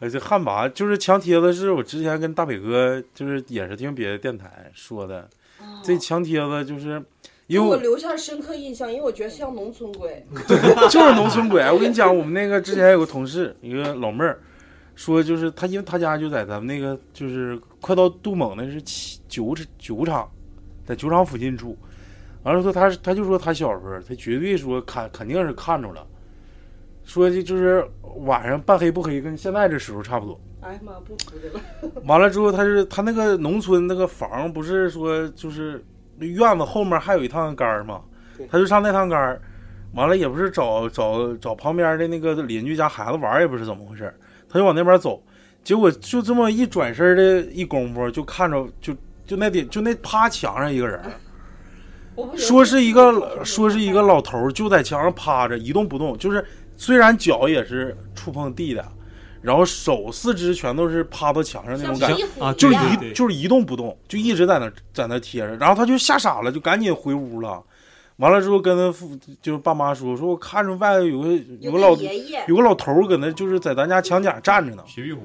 A: 而且旱魃就是墙贴子，是我之前跟大北哥就是也是听别的电台说的，
D: 哦
A: 这墙贴子就是，因
B: 给
A: 为
B: 我
A: 我
B: 留下深刻印象，因为我觉得像农村鬼。
A: 就是农村鬼。啊我跟你讲，我们那个之前有个同事，一个老妹儿，说就是她，因为她家就在咱们那个就是快到杜蒙那是七酒酒厂，在酒厂附近住。完了说她是，她就说她小时候，她绝对说看肯定是看着了，说就就是晚上半黑不黑，跟现在这时候差不多。
B: 哎呀妈，不出去了。
A: 完了之后，他是他那个农村那个房，不是说就是那院子后面还有一趟杆儿嘛
D: 对，
A: 他就上那趟杆儿，完了也不是找找找旁边的那个邻居家孩子玩儿，也不是怎么回事儿，他就往那边走，结果就这么一转身的一功夫，就看着就就那顶就那趴墙上一个人儿，
B: 我不觉得
A: 说是一个说是一个老头儿就在墙上趴着一动不动，就是虽然脚也是触碰地的，然后手四肢全都是趴到墙上那种感觉。
C: 啊
A: 就是
C: 对对
A: 一就是一动不动，就一直在那在那贴着，然后他就吓傻了，就赶紧回屋了。完了之后跟他父就是爸妈说，说我看着外头有个有
E: 有
A: 个老
E: 爷爷，
A: 有个老头儿搁那就是在咱家墙角站着呢，
F: 徐壁虎，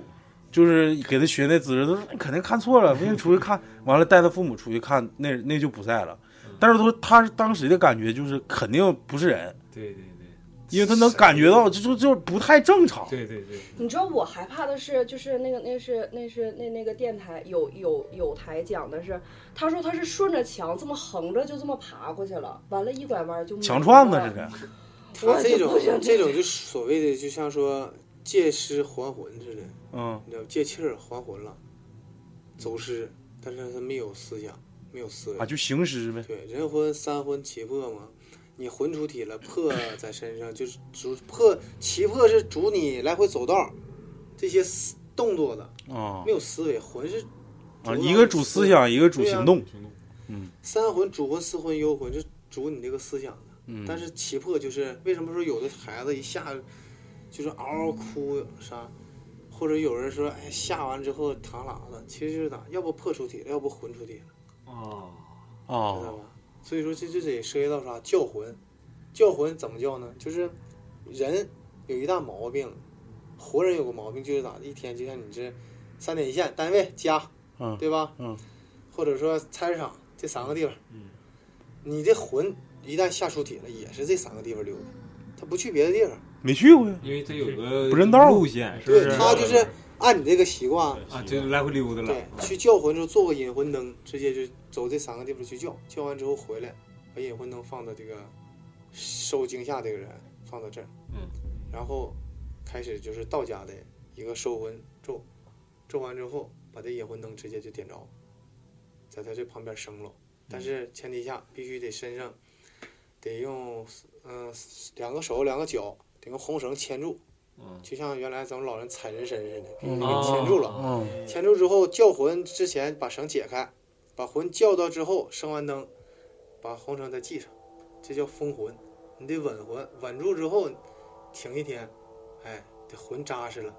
A: 就是给他学那姿势，他说你肯定看错了，不信出去看。完了带他父母出去看，那那就不在了。
C: 嗯
A: 但是他说他当时的感觉就是肯定不是人，
C: 对对对
A: 因为他能感觉到这就就不太正常。
C: 对对对，
B: 你知道我害怕的是，就是那个那是那是那那个电台有有有台讲的是，他说他是顺着墙这么横着就这么爬过去了，完了一拐弯就没
A: 墙串子
B: 了
E: 嗯
A: 似的，
D: 他这种这种就所谓的就像说借尸还魂似的，
A: 嗯，
D: 你知道借气儿还魂了，走失，但是他没有思想，没有思维
A: 啊，。就行尸呗。
D: 对，人魂三魂七魄嘛，你魂出体了，魄在身上，就是主魄七魄是主你来回走道，这些思动作的，
A: 啊
D: 没有思维，魂是
A: 啊，
D: 主
A: 一个主思想，一个主
D: 对呀
A: 行动。
F: 行动
D: 三魂主魂四魂幽魂，是主你这个思想的。
A: 嗯，
D: 但是七魄就是为什么说有的孩子一下就是嗷嗷哭啥，或者有人说哎吓完之后淌喇子，其实就是咋，要不魄出体了，要不魂出体了，
C: 啊，
D: 知
A: 啊
D: 道吧？所以说这就得涉及到啥叫魂，叫魂怎么叫呢？就是人有一大毛病，活人有个毛病就是咋，一天就像你这三点一线，单位家
A: 嗯
D: 对吧？
A: 嗯，
D: 或者说菜市场这三个地方，
C: 嗯，
D: 你的魂一旦下出体了，也是这三个地方溜达，他不去别的地方。
A: 没去过呀。
C: 因为它有个
A: 不认道儿
C: 路线，是不
D: 对
C: 是？
D: 他啊就是按你这个习惯，
C: 啊，
F: 对
C: 就来回溜达了
D: 对，，去叫魂的时候做个引魂灯，直接就走这三个地方去叫，叫完之后回来，把引魂灯放到这个受惊吓这个人放到这儿，
F: 嗯，
D: 然后开始就是道家的一个收魂咒，咒完之后把这引魂灯直接就点着，在他这旁边升了，但是前提下必须得身上得用嗯、两个手两个脚得用红绳牵住，
F: 嗯
D: 就像原来咱们老人踩人参似的，必
A: 嗯
D: 须得给牵住了。
A: 嗯
D: 牵住之后叫魂之前把绳解开，把魂叫到之后升完灯，把红绳再系上，这叫封魂。你得稳魂，稳住之后停一天，哎，得魂扎实了，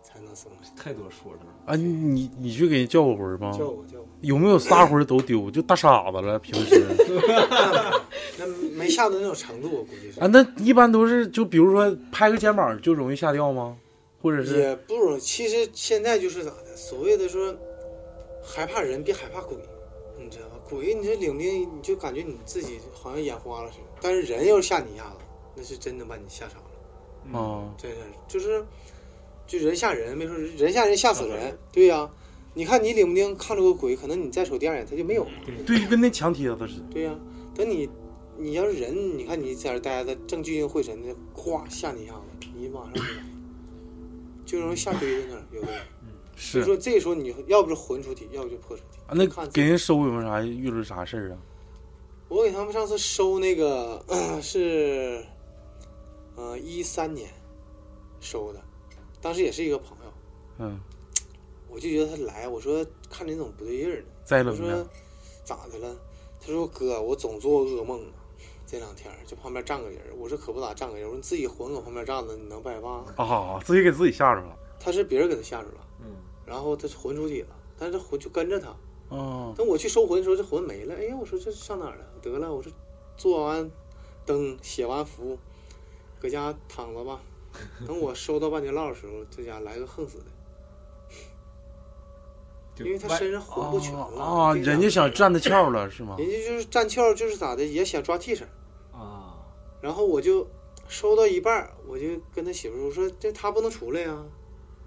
D: 才能松开。
C: 太多说了，
A: 啊，你你你去给人叫过魂儿吗？
D: 叫我叫我，
A: 有没有仨魂儿都丢？就大傻子了，平时
D: 那没吓到那种程度，我估计是
A: 啊，那一般都是就比如说拍个肩膀就容易吓掉吗？或者是
D: 也不容易。其实现在就是咋的，所谓的说害怕人，别害怕鬼，你知道吧？鬼你这领兵，你就感觉你自己好像眼花了似的。但是人要是吓你一下子，那是真能把你吓傻了。
A: 啊，
D: 真是就是，就人吓人，没说人吓人吓死人，对呀、你看你领不丁看着个鬼，可能你再瞅第二眼他就没有了，
A: 对，就跟那墙贴子似的。
D: 对呀、等你你要是人，你看你在这待着正聚精会神的，咵吓你一下子，你马上就来就容易吓堆在那儿，有的人。所
A: 是
D: 以说这时候你要不是魂出体，要不就魄出体。
A: 啊，那
D: 看自己
A: 给人收有没有啥遇着啥事儿啊？
D: 我给他们上次收那个、 呃是，呃一三年收的，当时也是一个朋友。
A: 嗯，
D: 我就觉得他来，我说看着你怎么不对劲儿呢？
A: 栽
D: 我
A: 了没
D: 说
A: 有？
D: 咋的了？他说哥，我总做噩梦啊，这两天儿就旁边站个人儿。我说可不咋站个人儿，我说你自己魂搁旁边站着，你能不害怕？
A: 啊，自己给自己吓着了。
D: 他是别人给他吓着了，
C: 嗯，
D: 然后他魂出体了，但是魂就跟着他。
A: 啊
D: 等我去收魂的时候，这魂没了。哎呀，我说这上哪儿了？得了，我说做完灯，写完符，搁家躺着吧。等我收到半截落的时候，这家来个横死的，
C: 就
D: 因为他
C: 外
D: 身上魂不全了
A: 啊，
D: 这家哎
A: 人家想占他窍了是吗？
D: 人家就是站窍，就是咋的，也想抓替身。
C: 啊，
D: 然后我就收到一半儿，我就跟他媳妇儿说：“我说这他不能出来呀、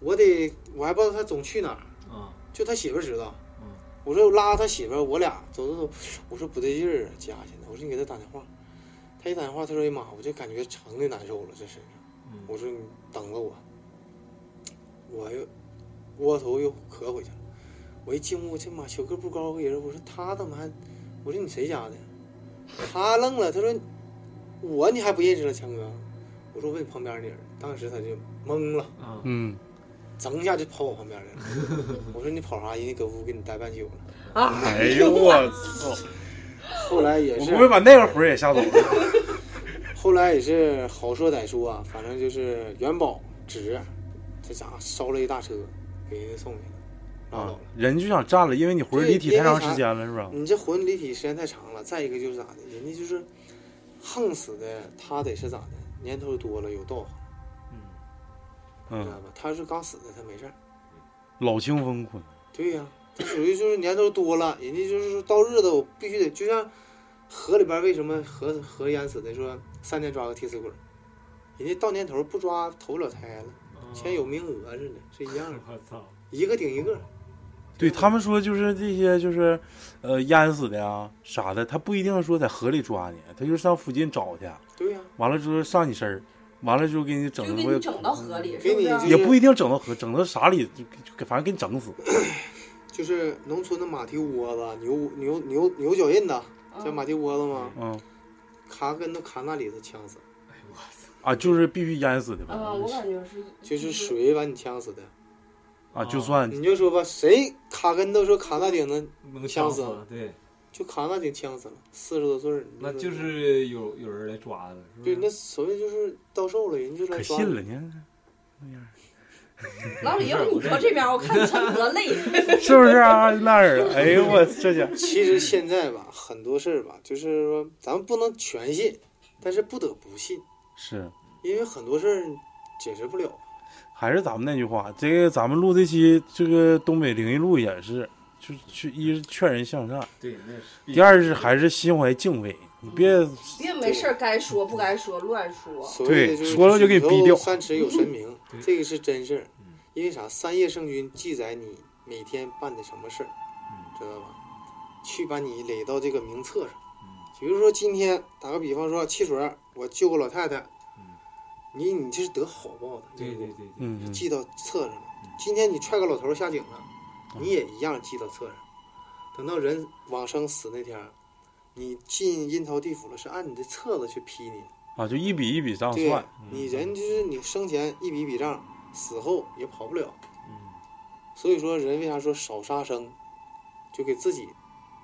D: 我得我还不知道他总去哪儿，
C: 啊，
D: 就他媳妇儿知道
C: 嗯。”
D: 我说我拉他媳妇儿，我俩走走走，我说不对劲儿啊，家现在，我说你给他打电话。他一打电话，他说：“哎妈，我就感觉肠子难受了，这身上。”
C: 嗯
D: 我说：“你等着我。”我又窝头又咳回去了。我一进屋，这妈小个不高个人，我说他怎么还？我说你谁家的？他愣了，他说我你还不认识了，强哥？我说问旁边的人，当时他就懵了，
C: 啊，
A: 嗯，
D: 噌一下就跑我旁边来了。 我说你跑啥？人家搁屋给你待半宿了。
A: 哎呦我操！
D: 后来也
A: 我
D: 是
A: 不，会把那个魂儿也吓走了。
D: 后来也是好说歹说啊，反正就是元宝纸，这家伙烧了一大车，给人家送去了，拉倒
A: 啊
D: 了。，
A: 人就想占了，因为你魂儿离体太长时间了，是吧？
D: 你这魂离体时间太长了，再一个就是咋的，人家就是横死的，他得是咋的，年头多了有道行，
C: 嗯
D: 你知道
A: 嗯，
D: 吧？他是刚死的，他没事儿。
A: 老清风魂
D: 对呀、他属于就是年头多了，人家就是说到日子我必须得，就像河里边为什么河河淹死的说三天抓个替死鬼儿，人家到年头不抓投不了胎了，
C: 啊
D: 像
C: 哦
D: 有名额似的，是一样的，
C: 我操，
D: 一个顶一个。
A: 对他们说，就是这些，就是，呃，淹死的啊啥的，他不一定说在河里抓你，他就是上附近找去，
D: 对呀、
A: 完了之后上你身儿，完了之后给你整
B: 就给
A: 个
B: 你，整到河里，
D: 给
B: 是不啊
D: 你
B: 是？
D: 就
A: 也不一定整到河，整到啥里，就就给反正给你整死。
D: 就就是农村的马蹄窝子、牛牛牛牛脚印子，
B: 嗯
D: 叫马蹄窝子吗？
A: 嗯
D: 卡跟头卡那里头呛死，
A: 啊，就是必须淹死的呗
B: 嗯，我感觉是
D: 就是水把你呛死的。
A: 啊，就算
D: 你就说吧，谁卡跟头说卡那顶子，
C: 能
D: 呛
C: 呛
D: 死
C: 死，对，
D: 就卡那顶呛死了，四十多岁儿。你
C: 那
D: 说
C: 就是有有人来抓的，是
D: 对，
C: 不
D: 那
C: 是？
D: 所谓就是到寿了，人就
A: 嗯
D: 来
A: 可
D: 抓
A: 信
D: 你
A: 了呢， 那样
B: 老 李，要不你坐这边，我看你穿多累。
A: 是不是啊？那儿，哎呦我这家，
D: 其实现在吧，很多事儿吧，就是说咱们不能全信，但是不得不信，
A: 是
D: 因为很多事儿解释不了。啊
A: 还是咱们那句话，这个咱们录这期这个东北灵异录也是，就去一是劝人向善，
C: 对，那是必
A: 第二是还是心怀敬畏，你别
D: 嗯
B: 别没事儿该说不该说乱说，
D: 所谓的
A: 对
D: 就是
A: 说了就给逼
D: 举头
A: 掉
D: 三尺有神明
C: 对，
D: 这个是真事儿
C: 嗯。
D: 因为啥？三业圣君记载你每天办的什么事儿，
A: 嗯
D: 知道吧？去把你垒到这个名册上。
C: 嗯
D: 比如说今天打个比方说，汽水儿我救个老太太
C: 嗯，
D: 你你这是得好报的，
C: 对对对对，
A: 嗯，嗯
D: 记到册上了。今天你踹个老头儿下井了，你也一样记到册上。等到人往生死那天儿，你进阴曹地府了，是按你的册子去批你。
A: 啊，就一笔一笔这样
D: 对
A: 算，，
D: 你人就是你生前一笔笔账，死后也跑不了。
C: 嗯，
D: 所以说，人为啥说少杀生，就给自己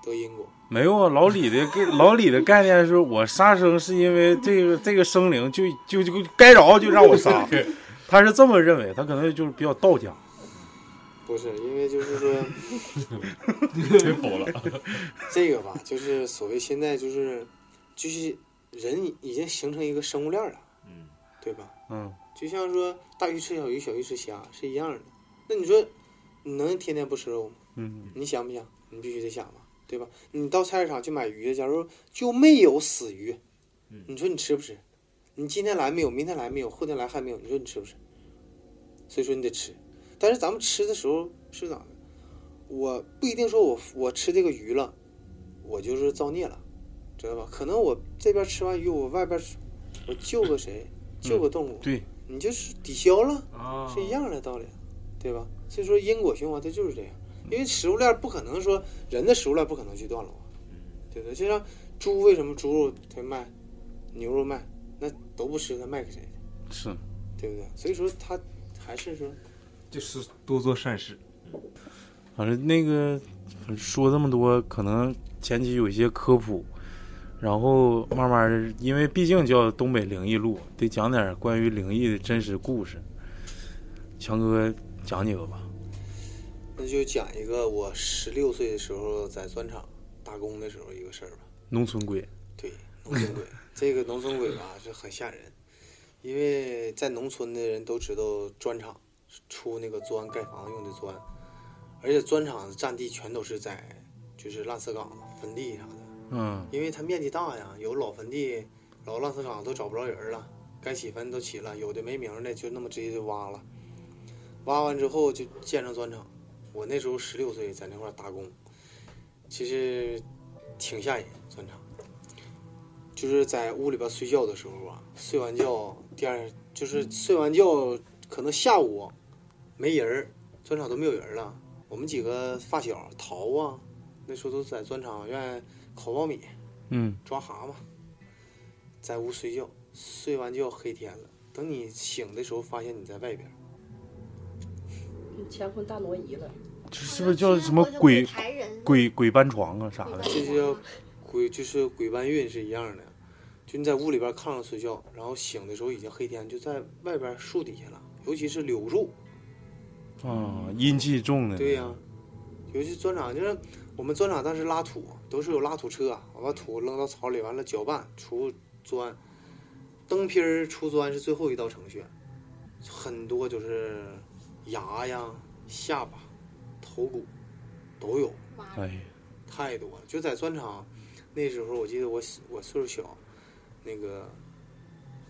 D: 得因果。
A: 没有啊，老李的概老李的概念是我杀生是因为这个这个生灵就就就该着就让我杀，他是这么认为，他可能就是比较道家，
D: 不是因为就是说
C: 嗯
F: 别否了。
D: 这个吧，就是所谓现在就是就是人已经形成一个生物链儿了，
C: 嗯，
D: 对吧？
A: 嗯，
D: 就像说大鱼吃小鱼，小鱼吃虾是一样的。那你说你能天天不吃肉吗？
A: 嗯，
D: 你想不想？你必须得想吧，对吧？你到菜市场去买鱼，假如就没有死鱼
C: 嗯，
D: 你说你吃不吃？你今天来没有？明天来没有？后天来还没有？你说你吃不吃？所以说你得吃，但是咱们吃的时候是咋的？我不一定说我我吃这个鱼了，我就是造孽了，知道吧？可能我这边吃完鱼，我外边吃我救个谁，救个动物，
A: 对，
D: 你就是抵消了。
C: 啊，
D: 是一样的道理，对吧？所以说因果循环它就是这样，因为食物链不可能说人的食物链不可能去断了啊，对不对？就像猪为什么猪肉它卖，牛肉卖，那都不吃，它卖给谁去？
A: 是。
D: 对不对？所以说它还是说
C: 就是多做善事，
A: 反正那个反正说这么多，可能前期有一些科普，然后慢慢儿，因为毕竟叫东北灵异录，得讲点儿关于灵异的真实故事。强哥讲几个吧。
D: 那就讲一个我十六岁的时候在砖厂打工的时候一个事儿吧。
A: 农村鬼，
D: 对，农村鬼，这个农村鬼吧是很吓人，因为在农村的人都知道砖厂是出那个砖盖房子用的砖，而且砖厂占地全都是在就是烂石岗子、坟地啥的，
A: 嗯，
D: 因为它面积大呀，有老坟地、老烂石岗都找不着人了，该起坟都起了，有的没名儿的就那么直接就挖了，挖完之后就建成砖厂。我那时候十六岁，在那块儿打工，其实挺吓人。砖厂就是在屋里边睡觉的时候啊，睡完觉第二就是睡完觉，可能下午没人儿，砖厂都没有人儿了。我们几个发小淘啊，那时候都在砖厂愿意烤苞米，
A: 嗯，
D: 抓蛤蟆，在屋睡觉，睡完觉黑天了。等你醒的时候，发现你在外边儿。
B: 你乾坤大挪移了。
A: 这嗯是不是叫什么鬼
E: 抬人？
A: 鬼鬼搬床啊啥
E: 鬼
A: 的？
E: 搬
D: 这
E: 床
D: 就
E: 啊
D: 鬼就是鬼搬运是一样的，就你在屋里边炕上睡觉，然后醒的时候已经黑天，就在外边树底下了，尤其是柳树。
A: 啊，阴气重的。
D: 对呀、尤其砖厂就是我们砖厂当时拉土都是有拉土车，啊我把土扔到草里，完了搅拌除砖，蹬坯儿除砖是最后一道程序，很多就是牙呀、下巴、头骨都有。
E: 妈
A: 哎，
D: 太多了。啊就在砖厂那时候，我记得我我岁数小，那个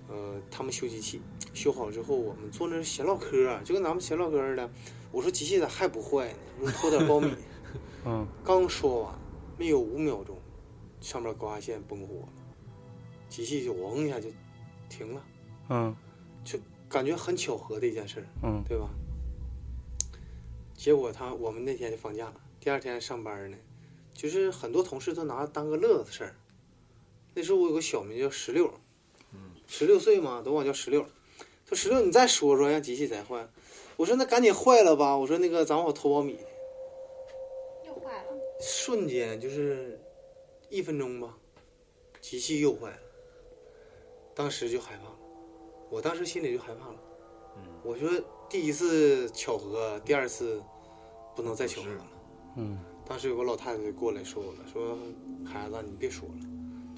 D: 呃，他们修机器，修好之后，我们坐那儿闲唠嗑儿，就跟咱们闲唠嗑儿似的。我说机器咋还不坏呢？我说偷点苞米。
A: 嗯，
D: 刚说完，没有五秒钟，上面高压线崩火了，机器就嗡一下就停了，
A: 嗯，
D: 感觉很巧合的一件事儿。
A: 嗯，
D: 对吧？结果他我们那天就放假了，第二天上班呢，就是很多同事都拿当个乐子事儿。那时候我有个小名叫十六，十六岁嘛，都管我叫十六。说十六，你再说说，让机器再坏。我说那赶紧坏了吧。我说那个咱往我偷苞米，
E: 又坏了，
D: 瞬间就是一分钟吧，机器又坏了。当时就害怕了，我当时心里就害怕了。
C: 嗯，
D: 我说第一次巧合，第二次不能再巧合了。
A: 嗯，
D: 当时有个老太太就过来说我了，说孩子你别说了，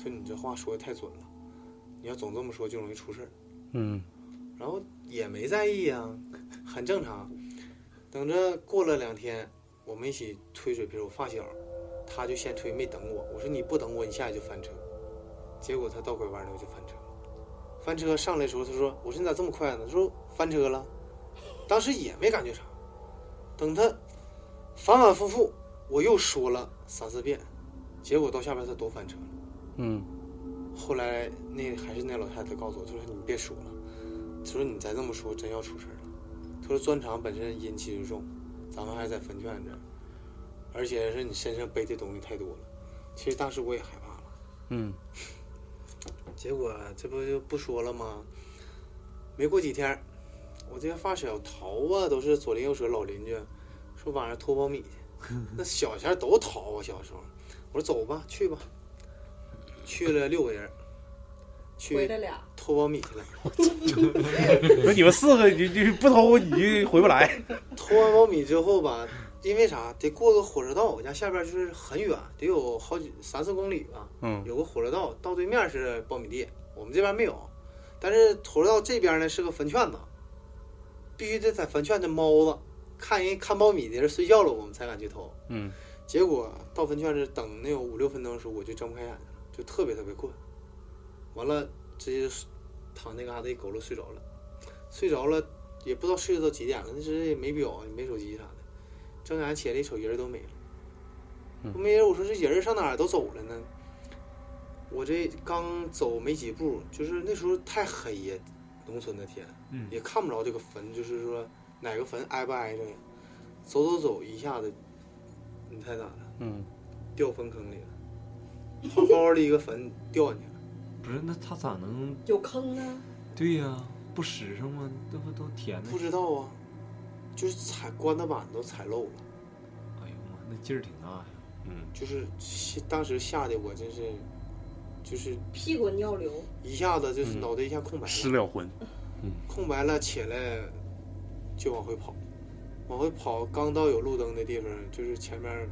D: 说你这话说的太准了，你要总这么说就容易出事儿。
A: 嗯，
D: 然后也没在意啊，很正常。等着过了两天，我们一起推水瓶，我发小，他就先推，没等我。我说你不等我，你下去就翻车。结果他到拐弯了，我就翻车了。翻车上来的时候，他说：“我说你咋这么快呢？”他说：“翻车了。”当时也没感觉啥。等他反反复复，我又说了三四遍，结果到下边他都翻车了。
A: 嗯，
D: 后来那还是那老太太告诉我，她说你别说了，她说你再这么说真要出事儿了。她说砖厂本身阴气就重，咱们还是在坟圈这儿，而且是你身上背的东西太多了。其实当时我也害怕了。
A: 嗯，
D: 结果这不就不说了吗？没过几天儿，我这些发小逃啊，都是左邻右舍老邻居，说晚上偷苞米去。那小前儿都逃啊，小时候。我说走吧，去吧。去了六个人儿，
B: 回
D: 去
B: 来 俩，
D: 偷苞米去了。
A: 那你们四个你你不偷你就回不来。
D: 偷完苞米之后吧，因为啥得过个火车道，我家下边就是很远，得有好几三四公里吧。
A: 嗯
D: 有个火车道，道对面是苞米地，我们这边没有。但是火车道这边呢是个坟圈子，必须得在坟圈子猫子看人看苞米的人睡觉了，我们才敢去偷。
A: 嗯
D: 结果到坟圈子等能有五六分钟的时候，我就睁不开眼了，就特别特别困。完了，直接就躺那嘎达一佝偻睡着了，睡着了也不知道睡到几点了，那时也没表，啊也没手机啥的。睁眼起来一瞅，人都没了。
A: 嗯
D: 没人，我说这人上哪儿都走了呢？我这刚走没几步，就是那时候太黑呀，农村的天，
C: 嗯
D: 也看不着这个坟，就是说哪个坟挨不挨着呀？走走走，一下子，你猜咋的？
A: 嗯，
D: 掉坟坑里了，好好的一个坟掉进去了。
C: 不是，那他咋能？
B: 有坑啊呢，
C: 对呀、不实诚吗？这不都填
A: 嗯
C: 的
D: 不？知道啊，就是踩棺材板都踩漏了，
C: 哎呦妈，那劲儿挺大呀！
D: 就是吓当时吓得我真是，就是
B: 屁滚尿流，
D: 一下子就是
A: 嗯
D: 脑袋一下空白了。
A: 失了魂。
D: 空白了起来，就往回跑，往回跑，刚到有路灯的地方，就是前面儿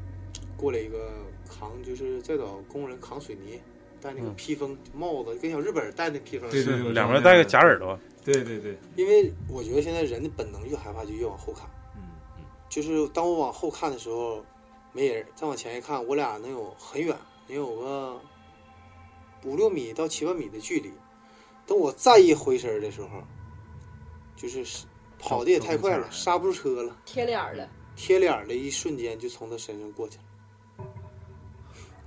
D: 过来一个扛，就是再找工人扛水泥，戴那个
A: 嗯
D: 披风帽子，跟小日本儿戴那披风似的。
C: 对对对
A: 两边带个假耳朵。
C: 对对对，
D: 因为我觉得现在人的本能越害怕就越往后看，
C: 嗯，
D: 就是当我往后看的时候，没人儿，再往前一看，我俩能有很远，能有个五六米到七八米的距离。等我再一回身儿的时候，就是跑的也太快了，刹不住车了。
B: 贴脸儿了，
D: 贴脸儿的一瞬间就从他身上过去了，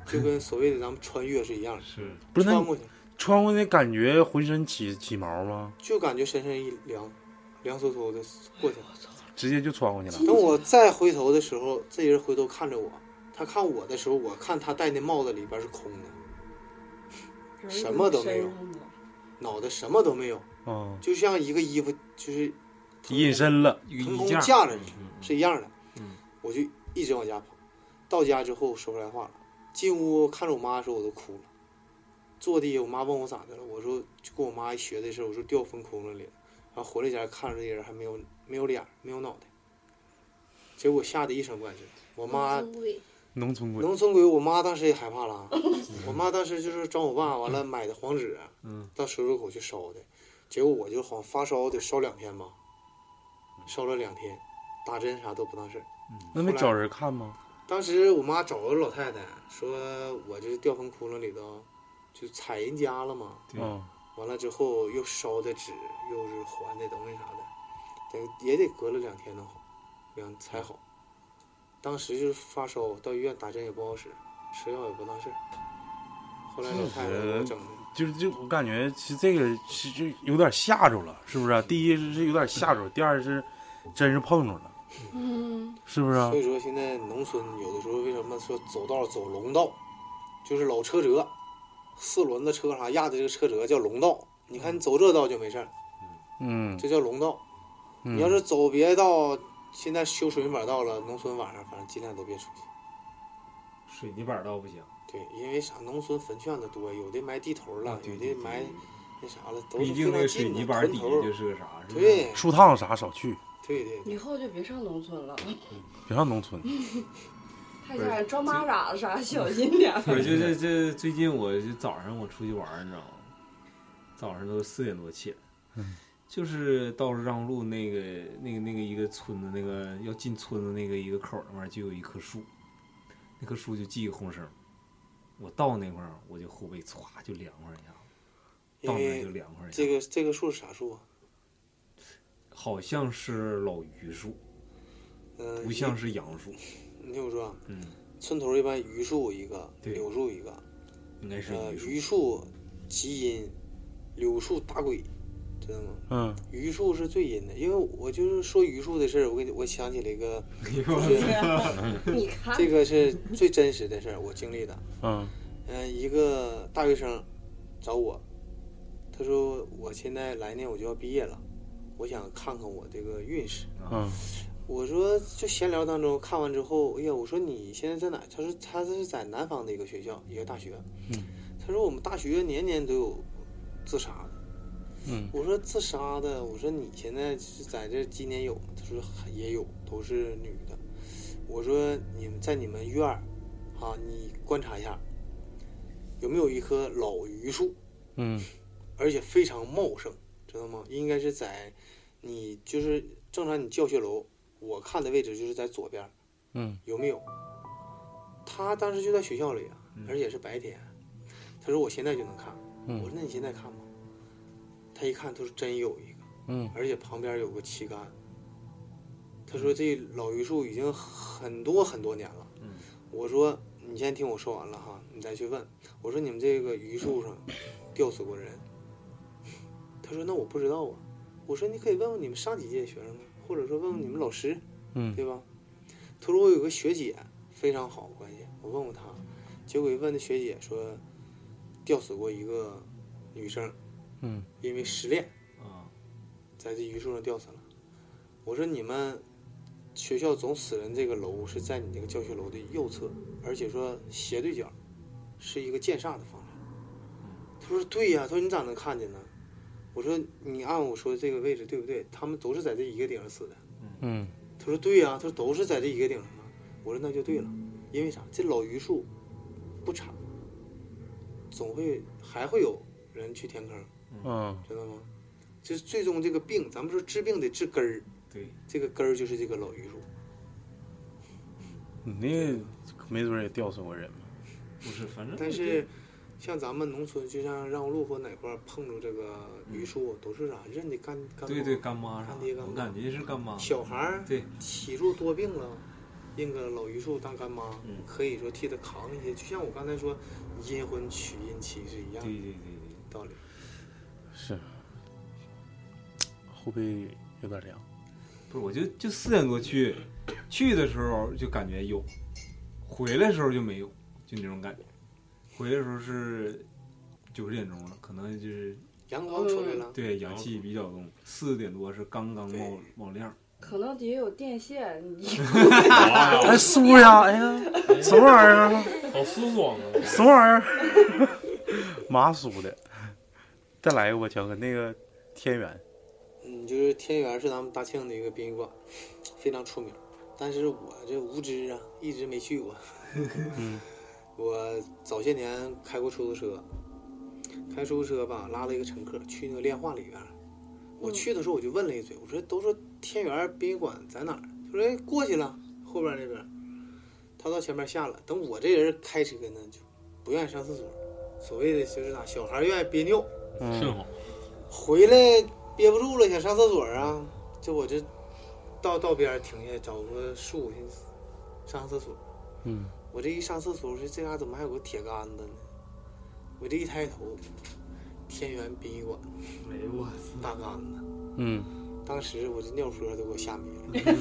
D: 就跟所谓的咱们穿越是一样的，
C: 是
A: 不是那
D: 穿
A: 你
D: 过去
A: 穿过去感觉浑身起起毛吗？
D: 就感觉身上一凉，凉飕飕的过去了。
A: 直接就穿过去了。
D: 等我再回头的时候，这人回头看着我，他看我的时候，我看他戴那帽子里边是空的，
B: 人
D: 什么都没有
B: 深入了
D: 脑袋什么都没有，
A: 嗯，
D: 就像一个衣服就是
A: 隐身了。
C: 一个
D: 腾
C: 衣
D: 空
C: 架，
D: 架着
C: 嗯
D: 你
C: 嗯嗯
D: 是一样的。
C: 嗯，
D: 我就一直往家跑，到家之后说不出来话了。进屋看着我妈的时候，我都哭了。坐地，我妈问我咋的了，我说就跟我妈一学这事儿，我说掉粪窟窿里了。然后回来家看着这人还没有没有脸儿，没有脑袋，结果吓得一声不敢吱。我妈
E: 尊贵，
A: 农村鬼。
D: 农村鬼，我妈当时也害怕了啊。我妈当时就是找我爸，完了买的黄纸，
C: 嗯，
D: 到水沟口去烧的，结果我就好像发烧得烧两天吧，烧了两天，打针啥都不当事儿。
A: 那没找人看吗？
D: 当时我妈找个老太太说，我这掉粪窟窿里头，就踩人家了嘛。
C: 对，
A: 嗯
D: 完了之后又烧的纸，又是还的东西啥的，等也得隔了两天能好，两才好。当时就是发烧，到医院打针也不好使，吃药也不当事儿。后来老太太给我整的，
A: 就是就我感觉，其实这个 是就有点吓着了，是不是啊、第一是有点吓着，第二是真是碰着了。
E: 嗯，
A: 是不是啊
D: 所？以说现在农村有的时候为什么说走道走龙道，就是老车辙，四轮子车啥压的这个车辙叫龙道。你看你走这道就没事儿，
A: 嗯，
D: 这叫龙道。
A: 嗯
D: 你要是走别的道，现在修水泥板道了，农村晚上反正尽量都别出去。
C: 水泥板道不行，
D: 对，因为啥？农村坟圈子多，有的埋地头
C: 啊
D: 了，有的埋那啥了，都
C: 毕
D: 是
C: 竟
D: 非
C: 那个
D: 常
C: 水
D: 近
C: 泥
D: 的
C: 板
D: 坟
C: 底下
D: 头。
C: 就是个啥，是吧？
D: 对
A: 树趟啥少去，
D: 对对对
B: 以，后就别上农村了，
A: 别上农村。
B: 太吓人，抓蚂蚱啥小心点 儿。
C: 我就这这最近我就早上我出去玩儿，你知道吗？早上都四点多起来，
D: 嗯
C: 就是到让路那个那个那个一个村子那个要进村子那个一个口儿那块儿就有一棵树，那棵树就系个红绳儿。我到那块儿我就后背歘就凉快一下子，
D: 因
C: 到那儿就
D: 为
C: 凉快一下子。
D: 这个这个树是啥树啊？
C: 好像是老榆树，
D: 嗯，
C: 不像是杨树，
D: 你听我说啊，
C: 嗯，
D: 村头一般榆树一个，
C: 对
D: 柳树一个，
C: 应该是
D: 呃，
C: 榆树。
D: 榆树极阴，柳树打鬼，知道吗？
A: 嗯，
D: 榆树是最阴的，因为我就是说榆树的事儿，我给你，我想起了 一个，
C: 哎
B: 你看，
D: 这个是最真实的事儿，我经历的。
A: 嗯
D: 嗯、一个大学生找我，他说我现在来年我就要毕业了，我想看看我这个运势。
A: 嗯
D: 我说就闲聊当中看完之后，哎呀，我说你现在在哪？他说他这是在南方的一个学校，一个大学。
A: 嗯
D: 他说我们大学年年都有自杀的。
A: 嗯
D: 我说自杀的，我说你现在是在这今年有吗？他说还也有，都是女的。我说你们在你们院儿，啊，你观察一下，有没有一棵老榆树，
A: 嗯
D: 而且非常茂盛，知道吗？应该是在你就是正常你教学楼，我看的位置就是在左边，
A: 嗯
D: 有没有？他当时就在学校里啊，而且是白天。他说我现在就能看，我
A: 嗯
D: 说那你现在看吗？他一看，他说真有一个。
A: 嗯
D: 而且旁边有个旗杆。他说这老榆树已经很多很多年了。
C: 嗯
D: 我说你先听我说完了哈，你再去问。我说你们这个榆树上吊死过人？他说那我不知道啊。我说你可以问问你们上几届学生啊，或者说问问你们老师。
A: 嗯
D: 对吧？他说我有个学姐非常好关系，我问过她，结果一问那学姐说，吊死过一个女生，
A: 嗯，
D: 因为失恋
C: 啊，
D: 在这榆树上吊死了。我说你们学校总死人这个楼是在你这个教学楼的右侧，而且说斜对角，是一个见煞的方向。他说对呀、他说你咋能看见呢？我说你按我说这个位置对不对？他们都是在这一个顶上死的。
A: 嗯
D: 他说对呀、他说都是在这一个顶上啊。我说那就对了，因为啥？这老榆树不产，总会还会有人去填坑，
A: 嗯
D: 知道吗？就是最终这个病，咱们说治病得治根儿，
C: 对，
D: 这个根儿就是这个老榆树。
A: 你那没准也吊死过人吧
C: 不是，反正
D: 但是像咱们农村，就像让路或哪块儿碰着这个榆树，都是啥认得干干
C: 对
D: 妈
C: 对，干妈啥
D: 干
C: 的
D: 爹干，妈
C: 我感觉是干妈。
D: 小孩儿
C: 对，
D: 体弱多病了，认个老榆树当干妈，
C: 嗯
D: 可以说替他扛一些，就像我刚才说阴婚娶阴妻是一样
C: 对
D: 的
C: 对对对，
D: 道理。
A: 是，后背有点凉。
C: 不是，我就就四点多去，去的时候就感觉有，回来的时候就没有，就那种感觉。回来的时候是九点钟了，可能就是
D: 阳光出来了，
C: 对氧气比较重，四点多是刚刚冒
D: 对
C: 冒亮。
B: 可能底下有电线，你
A: 哎，酥呀！哎呀，什么玩意儿啊？
F: 好舒爽啊！
A: 什么玩意儿？ 麻酥的。再来一个吧，强哥，那个天元。
D: 嗯，就是天元是咱们大庆的一个殡仪馆，非常出名。但是我这无知啊，一直没去过。
A: 嗯
D: 我早些年开过出租车，开出租车吧，拉了一个乘客去那个炼化里边儿。我去的时候我就问了一嘴，我说都说天元殡仪馆在哪儿？他说哎过去了，后边那边儿。他到前面下了，等我这人开车呢，就不愿意上厕所，所谓的就是啥小孩愿意憋尿，
A: 嗯
F: 甚好，
D: 回来憋不住了，想上厕所啊，就我这到道边儿停下找个树，寻思上厕所。
A: 嗯
D: 我这一上厕所，我说这嘎怎么还有个铁杆子呢？我这一抬头，天元殡仪馆
C: 哎呦我
D: 大杆子，
A: 嗯
D: 当时我这尿喝都给我吓没了。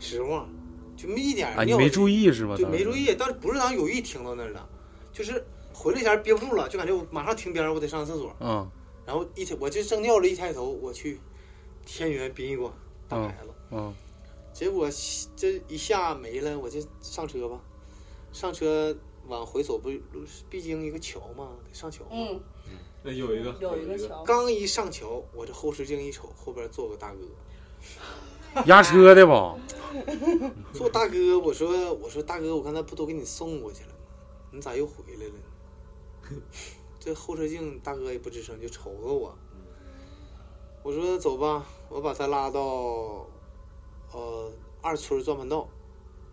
D: 实话，就那么一点
A: 啊，
D: 儿
A: 你
D: 尿、
A: 没注，意是吧？
D: 对，
A: 当时
D: 没注。意，但是不是咱有意停到那儿的，就是回了一下憋不住了，就感觉我马上停边儿，我得上厕所，
A: 嗯
D: 然后一抬我就正尿了，一抬头我去天元殡仪馆打牌了，
A: 嗯，
D: 结果这一下没了，我就上车吧，上车往回走不路必经一个桥嘛，得上桥嘛。
B: 嗯，
C: 那有一个
B: 有一
C: 一
B: 个，桥，
D: 刚一上桥，我这后视镜一瞅，后边坐个大哥，
A: 压车的吧？
D: 坐大哥，我说我说大哥，我刚才不都给你送过去了吗？你咋又回来了呢？ 这后视镜大哥也不吱声，就瞅着我。我说走吧，我把他拉到呃二村转盘道，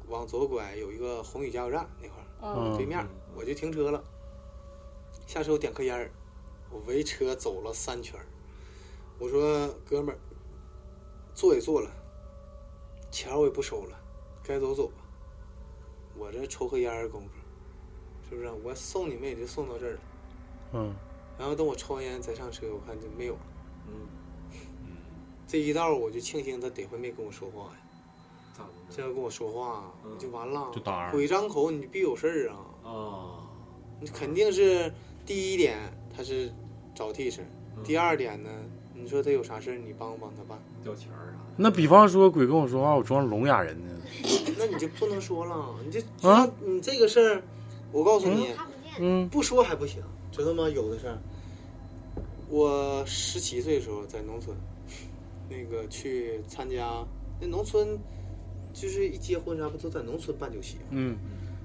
D: 往左拐有一个宏宇加油站那块儿。
B: 嗯，
D: 对面儿，我就停车了。下车我点颗烟儿，我围车走了三圈儿。我说哥们儿，坐也坐了，钱儿我也不收了，该走走吧。我这抽颗烟儿功夫，是不是？我送你们也就送到这儿了。
A: 嗯，
D: 然后等我抽完烟再上车，我看就没有了。
C: 嗯，
D: 这一道儿我就庆幸他得亏没跟我说话呀，
C: 咋的
D: 这要跟我说话
C: 嗯
D: 就完了
F: 就，搭上
D: 鬼张口你必有事儿啊。
C: 啊？
D: 你肯定是第一点，他是找替身；
C: 嗯
D: 第二点呢，你说他有啥事儿，你帮不帮他办？
C: 掉钱儿啊啥
A: 那比方说鬼跟我说话，我装聋哑人呢。
D: 那你就不能说了，你就
A: 啊，
D: 你这个事儿，我告诉你，
E: 看不见。
A: 嗯
D: 不说还不行，知道吗？有的事儿，我十七岁的时候在农村，那个去参加，那农村就是一结婚啥不都在农村办酒席吗？
A: 嗯，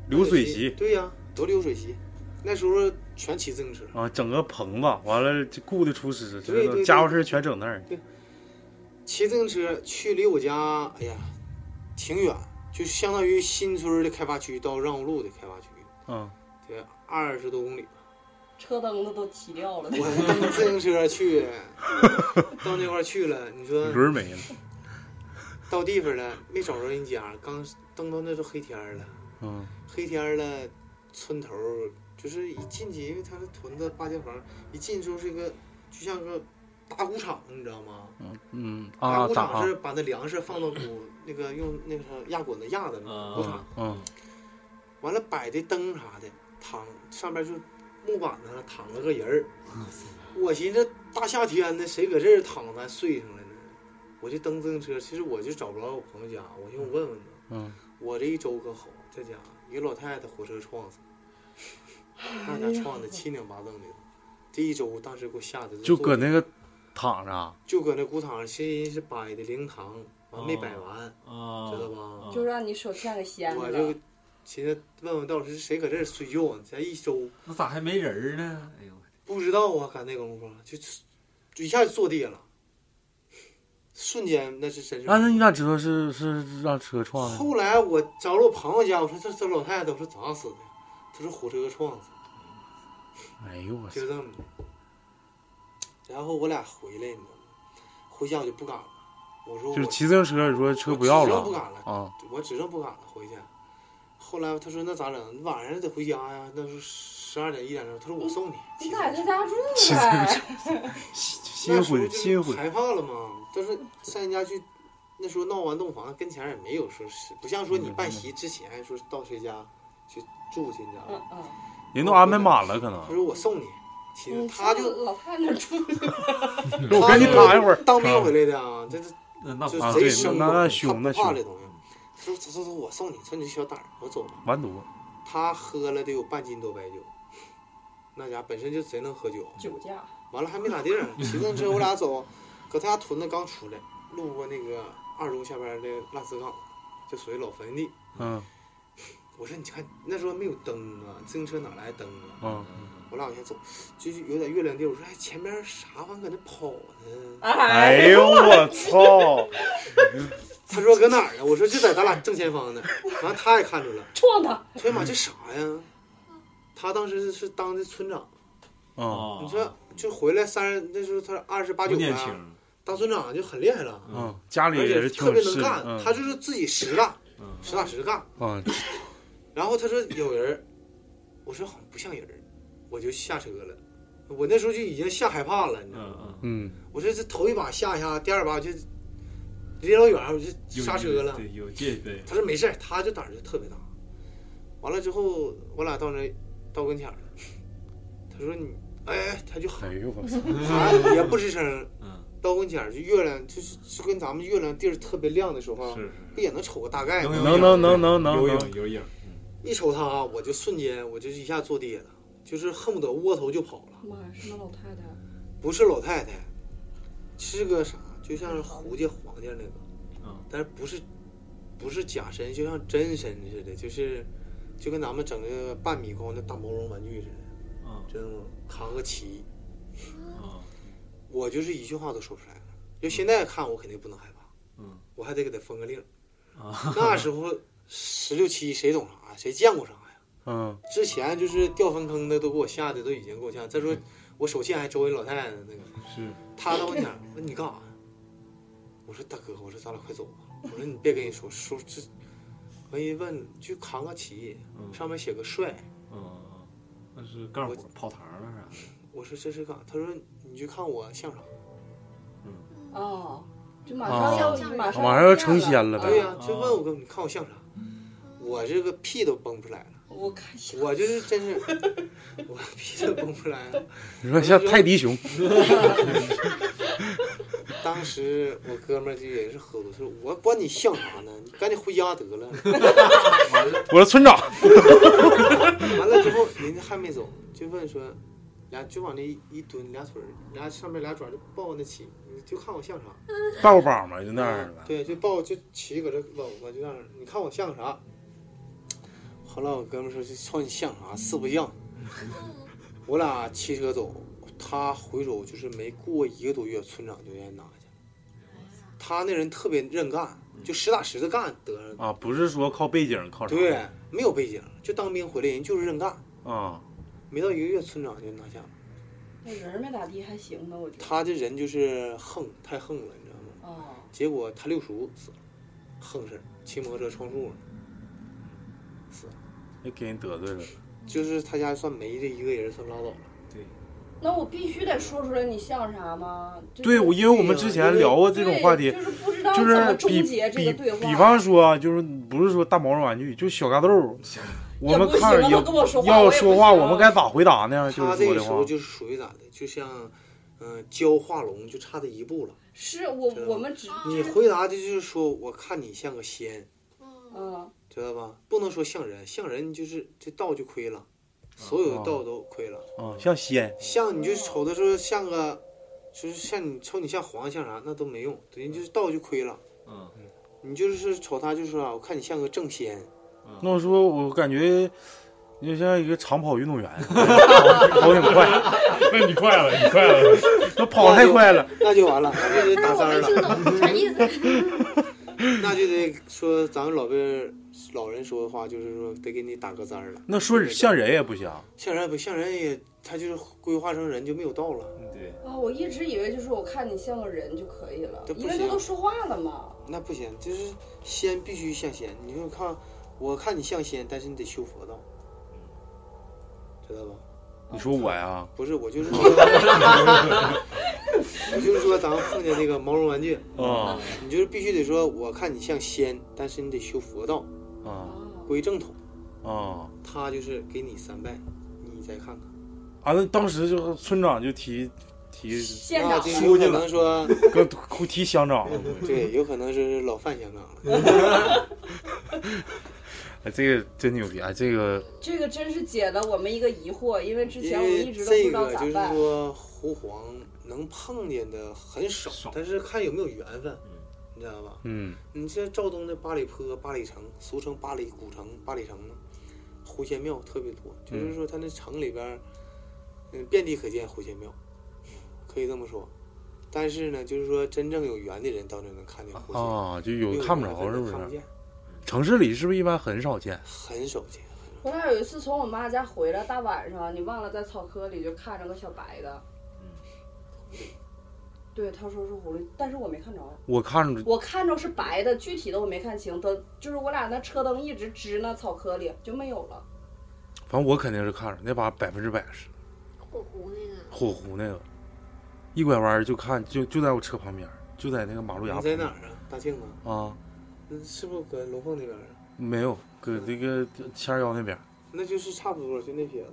A: 流水席
D: 对呀、都流水席，那时候全骑自行车。
A: 啊，整个棚子，完了就雇的厨师，
D: 对对对
A: 家伙事儿全整那儿。
D: 骑自行车去离我家，哎呀，挺远，就相当于新村的开发区到让路的开发区，
A: 嗯
D: 得二十多公里吧。
B: 车灯子都骑掉了。
D: 我蹬自行车去，到那块儿去了，你说
A: 轮儿没了。
D: 到地方了，没找着人家，刚蹬到那都黑天儿了，
A: 嗯
D: 黑天儿了，村头儿就是一进去，因为它是屯子八间房，一进去就是一个就像个大谷场，你知道吗？
A: 嗯嗯
D: 大
A: 啊
D: 谷
A: 咋
D: 场
A: 啊
D: 是把那粮食放到谷那个用那个啥压滚子压的那谷场
C: 啊。
A: 嗯
D: 完了摆的灯啥的，躺上边就木板子上躺了个人儿。
A: 啊
D: 我寻思大夏天的，谁搁这儿躺着睡上了呢？我就蹬自行车，其实我就找不着我朋友家，我寻思我问问他。
A: 嗯，
D: 我这一周可好，在家一个老太太火车撞死，
A: 哎
D: 那家撞的七拧八蹬的。这一周当时给我吓得
A: 就
D: 坐
A: 搁那个躺着啊。
D: 就搁那鼓场，先是摆的灵堂，完没摆完，
C: 啊？
D: 知道吧？
B: 就让你手欠个仙
D: 我
B: 子
D: 就
B: 了，
D: 寻思问问到底是谁搁这儿睡觉呢？咱一周
C: 那咋还没人儿呢？哎呦，
D: 不知道啊，赶那功夫就就一下就坐地下了，瞬间那是真是。
A: 啊，那你咋知道是是让车撞的？
D: 后来我找了我朋友家，我说这这老太太，我说咋死的？她说火车撞死，
A: 哎呦我操
D: 就！这么的。然后我俩回来，你知道吗？回家我就不敢了，我说我
A: 就是骑自行车，你说车不要
D: 我只剩不
A: 了
D: 敢了，
A: 啊？
D: 我指定不敢了回去。后来他说那咋整？你晚上得回家呀，那时候十二点一点钟。他说我送你。
B: 你在他家住
A: 骑自行
B: 呗
A: 车。，新婚新婚，
D: 害怕了嘛？但是上人家去，那时候闹完洞房，跟前儿也没有说是，不像说你办席之前说到谁家去住去，你知道
B: 嗯
D: 吗？
B: 嗯，
A: 人都安排满了，可能
D: 他。说我送你，其实
B: 你
D: 他
B: 上
D: 就
B: 老太太那住，
A: 我赶紧躺一会儿。
D: 当兵回来的啊，这这
C: 那那
D: 就
A: 啊
D: 贼
A: 对
D: 生
A: 那
D: 猛
A: 那
D: 他
A: 凶那
D: 不怕
A: 凶
D: 这东西。他说走走走，我送你，说你这小胆儿，我走吧。
A: 完犊，
D: 他喝了得有半斤多白酒，那家本身就贼能喝酒，啊
B: 酒驾，
D: 完了还没咋地儿， 骑自行车我俩走，搁他家屯子刚出来，路过那个二中下边的烂石岗，就属于老坟地。
A: 嗯
D: 我说你看那时候没有灯啊，自行车哪来灯啊？
A: 嗯，
D: 我俩往前走，就是有点月亮地儿。我说哎，前边啥玩意搁那跑呢？
A: 哎呦我操！
D: 他说搁哪儿呢？啊我说就在咱俩正前方呢。完了他也看着了，
B: 撞他，
D: 他说妈这啥呀？他当时是当的村长，
A: 嗯
C: 啊，
D: 你说就回来三十，那时候他二十八
C: 不
D: 九
C: 年
D: 吧，
C: 轻，
D: 当村长就很厉害了。
A: 嗯，家里
D: 而
A: 也
D: 且
A: 是挺
D: 特
A: 有
D: 别能
A: 势
D: 干，
A: 力
D: 他就是自己实干，
C: 嗯
D: 实打实干。
A: 嗯
D: 然后他说有人儿，我说好像不像人儿，我就下车了。我那时候就已经吓害怕了，你知道吗？
C: 嗯
A: 嗯
D: 我说这头一把吓一下，第二把我就离老远我就
C: 有
D: 刹车了。
C: 对，有戒备。
D: 他说没事儿，他就胆儿就特别大。完了之后，我俩到那到跟前儿了，他说你哎，哎他就喊
A: 哎呦我操！
D: 喊也不吱声。
C: 嗯，
D: 到跟前儿就月亮就是就跟咱们月亮地儿特别亮的时候啊，
C: 是
D: 不也能瞅个大概吗？
C: 能
A: 能能能能能
C: 有
A: 能
C: 影有影。
D: 一瞅他啊，我就瞬间我就一下坐地下了，就是恨不得窝头就跑了。
B: 妈呀，是那老太啊太，
D: 不是老太太，是个啥？就像是胡家黄家那个，
C: 嗯，
D: 但是不是不是假身，就像真身似的，就是就跟咱们整个半米高那大毛绒玩具似的，
C: 嗯
D: 知道吗？扛个旗，
C: 嗯
D: 我就是一句话都说不出来了。就现在看我肯定不能害怕，
C: 嗯
D: 我还得给他封个令儿。
C: 啊，
D: 那时候十六七，谁懂啥呀？谁见过啥呀？
A: 嗯，
D: 之前就是掉粪坑的都给我吓得都已经够呛。再说我手欠还周围老太太呢那个，
C: 嗯是
D: 他到我哪儿？我说你干啥呀？我说大哥，我说咱俩快走吧。我说你别跟人说，说这，我一问就扛个旗，
C: 嗯
D: 上面写个帅。
C: 嗯嗯，那是干活跑堂了啊啥的。
D: 我说这是干啥？他说你就看我像啥？
B: 哦，就马上要、
E: 哦
B: 马上
A: 马上要
B: 变
A: 成仙了呗
D: 对哎呀、
C: 啊
D: 就问我哥，你看我像啥？我这个屁都蹦不出来了，
B: 我看一下，
D: 我就是真是， 我屁都蹦不出来了。
A: 你说像泰迪熊，
D: 当时我哥们儿就也是喝多，说我管你像啥呢？你赶紧回家得了。
A: 我说村长，
D: 完了之后，人家还没走，就问说，俩就往那一一蹲，俩腿儿，俩上面俩爪就抱那旗，你就看我像啥？
A: 抱个膀嘛，就那样的。
D: 嗯对，就抱就旗搁这搂嘛，就那样儿。你看我像啥？后来我哥们儿说，就瞅你像啥，是不像。我俩骑车走，他回走就是没过一个多月，村长就让人拿下了。他那人特别认干，就实打实的干得上。
A: 啊，不是说靠背景靠啥的？
D: 对，没有背景，就当兵回来人就是认干，
A: 啊，
D: 没到一个月村长就拿下了。
B: 那人儿没咋地，还行吧，我觉得。
D: 他这人就是横，太横了，你知道吗？
B: 哦，
D: 结果他六叔死了，横事儿，骑摩托车撞树了，死了。
A: 又给人得罪了。
D: 就是他家算没这一个人，算拉倒了。
C: 对，
B: 那我必须得说出来你像啥吗？就是
A: 对，我因为我们之前聊过这
B: 对
A: 种话题
B: 就，是不知道
A: 就
B: 怎
A: 是
B: 么
A: 比
B: 终结这
A: 比
B: 个对话。
A: 比方说啊，就是不是说大毛绒玩具，就小嘎豆儿，我们看着
B: 也不行
A: 也
B: 了跟我说话
A: 要
B: 我也不
A: 说话，
B: 行
A: 我们该咋回答呢？就
D: 他
A: 是
D: 这
A: 说
D: 个
A: 的
D: 时候
A: 话，
D: 就是属于咋的，就像，嗯、教化龙就差这一步了。
B: 是我
D: 知道
B: 我们只
D: 你回答的就是说，我看你像个仙，
E: 嗯，
B: 嗯
D: 知道吧？不能说像人，像人就是这道就亏了，所有的道都亏了。
A: 啊，像仙，
D: 像你就瞅他说像个，就是像你瞅你像黄像啥，那都没用，人就是道就亏了。
C: 嗯
D: 你就是瞅他就说啊，我看你像个正仙，
C: 嗯
A: 那我说我感觉你就像一个长跑运动 员，跑跑挺快，
F: 那你快了，你快了，
A: 那跑太快了。
D: 那就完了，那就得
E: 但
D: 打
E: 是我
D: 三
E: 没
D: 了，
E: 听懂啥意思。
D: 那就得说咱们老辈儿老人说的话，就是说得给你打个三儿了。
A: 那说像人也不行，
D: 像人不像人也，他就是规划成人就没有道了，
C: 嗯对，
B: 啊，我一直以为就是我看你像个人就可以了
D: 这，不
B: 因为
D: 行
B: 他都说话了嘛。
D: 那不行，就是仙必须像仙。你就看，我看你像仙，但是你得修佛道，知道吧？
A: 你说我呀，
D: 不是，我就是说，我就是说，咱们碰见那个毛绒玩具，
B: 嗯
A: 啊
C: 嗯
D: 你就是必须得说，我看你像仙，但是你得修佛道，
A: 啊
B: 啊，
D: 归正统。
A: 啊
D: 他就是给你三拜，你再看看。
A: 啊！那当时就是村长就提 提
B: 县
D: 那
B: 长
D: 这
C: 输
D: 有
C: 进
D: 可
C: 了
D: 能说，
A: 跟提乡长 了。
D: 对，嗯有可能是老范香港
B: 嗯
D: 了。
A: 哎，这个真牛逼啊！哎这个
B: 这个真是解了我们一个疑惑，因为之前
D: 因
B: 我们一
D: 为
B: 直都不
D: 这
B: 知道
D: 个
B: 咋
D: 就是
B: 办。
D: 说，狐黄能碰见的很少，
C: 少
D: 但是看有没有缘分，
C: 嗯
D: 你知道吧？
A: 嗯
D: 你像赵东的八里坡、八里城，俗称八里古城、八里城，狐仙庙特别多，
A: 嗯
D: 就是说他那城里边儿，嗯，遍地可见狐仙庙，可以这么说。但是呢，就是说真正有缘的人到那能看见狐仙，
A: 啊，就有
D: 没
A: 看不
D: 缘分
A: 着是
D: 的
A: 不
D: 看不
A: 是？
D: 见，
A: 城市里是不是一般很少见？
D: 很少见。
B: 我俩有一次从我妈家回来，大晚上，你忘了在草窠里就看着个小白的。对，他说是狐狸，但是我没看着，
A: 我看着
B: 我看着是白的，具体的我没看清。等就是我俩那车灯一直支那草窠里就没有了。
A: 反正我肯定是看着那把百分之百是
E: 火狐那个，
A: 火狐那个，一拐弯儿就看就就在我车旁边儿，就在那个马路牙
D: 你
A: 旁边
D: 在
A: 儿
D: 哪儿啊？大庆啊，
A: 啊，
D: 嗯是不是搁龙凤那边儿啊？
A: 没有，搁这个千儿腰那边儿，
D: 那就是差不多，就那撇子。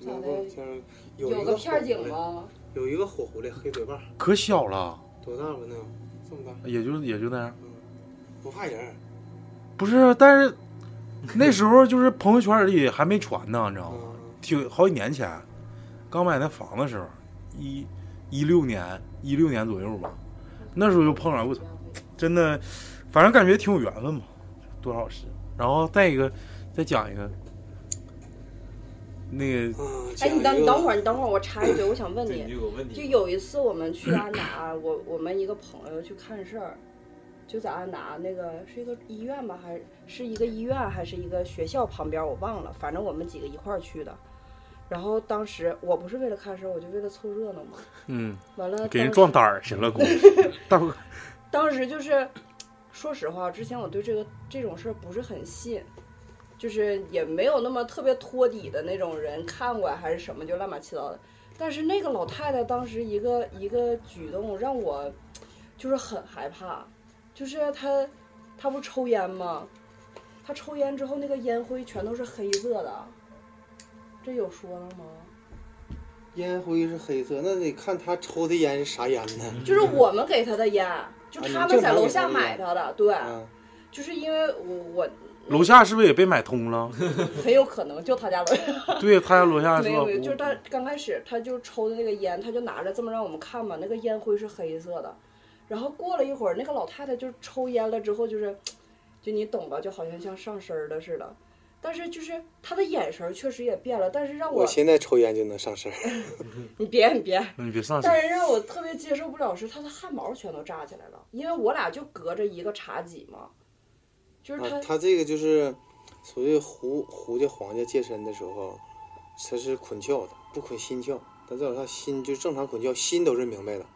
B: 咋
D: 龙
B: 的
D: 凤天儿有
B: 有
D: 一个
B: 片儿
D: 火
B: 警
D: 狐狸？
B: 吗？
D: 有一个火狐狸，黑嘴巴儿，
A: 可小了，
D: 多大了呢？这么大，
A: 也就也就那样。
D: 嗯，不怕人儿。
A: 不是，但是那时候就是朋友圈里还没传呢，你知道吗？
D: 嗯，
A: 挺好几年前，刚买那房子时候，一一六年一六年左右吧，那时候就碰上，我操，真的，反正感觉挺有缘分吧，多少是。然后再一个，再讲一个，那个
D: 嗯
B: 哎，你等等会
D: 儿。
B: 儿，你等会儿，我插一嘴，我想问
C: 对，你
B: 你，
C: 就有问题。
B: 就有一次我们去安达，啊我我们一个朋友去看事儿，就在安达那个是一个医院吧，还是是一个医院还是一个学校旁边，我忘了，反正我们几个一块儿去的。然后当时我不是为了看事儿，我就为了凑热闹嘛。
A: 嗯，
B: 完了，
A: 给人
B: 当时
A: 撞单儿去了， 估计大伙
B: 当时就是，说实话，之前我对这个这种事儿不是很信，就是也没有那么特别托底的那种人看过还是什么就乱七八糟的。但是那个老太太当时一个一个举动让我就是很害怕，就是她她不是抽烟吗？她抽烟之后那个烟灰全都是黑色的，这有说了吗？
D: 烟灰是黑色，那得看他抽的烟是啥烟呢？
B: 就是我们给她的烟，就
D: 啊你
B: 他们
D: 正
B: 在
D: 常
B: 楼
D: 给她
B: 下
D: 的
B: 买
D: 烟
B: 她的，对，
D: 啊，
B: 就是因为我我
A: 楼下是不是也被买通了？
B: 很有可能就他家楼下，
A: 对他家楼下是
B: 没
A: 吧
B: 有没有，？就是
A: 嗯
B: 他刚开始他就抽的那个烟，他就拿着这么让我们看嘛，那个烟灰是黑色的，然后过了一会儿，那个老太太就抽烟了之后，就是，就你懂吧，就好像像上身儿了似的，但是就是她的眼神儿确实也变了，但是让
D: 我现在抽烟就能上身儿。
B: 你别你别，
A: 你别上身
B: 但是让我特别接受不了是她的汗毛全都炸起来了，因为我俩就隔着一个茶几嘛，就是她
D: 啊，他这个就是所谓狐狐家皇家借身的时候，它是捆窍的，不捆心窍。但这种他心就正常捆窍，心都是明白的，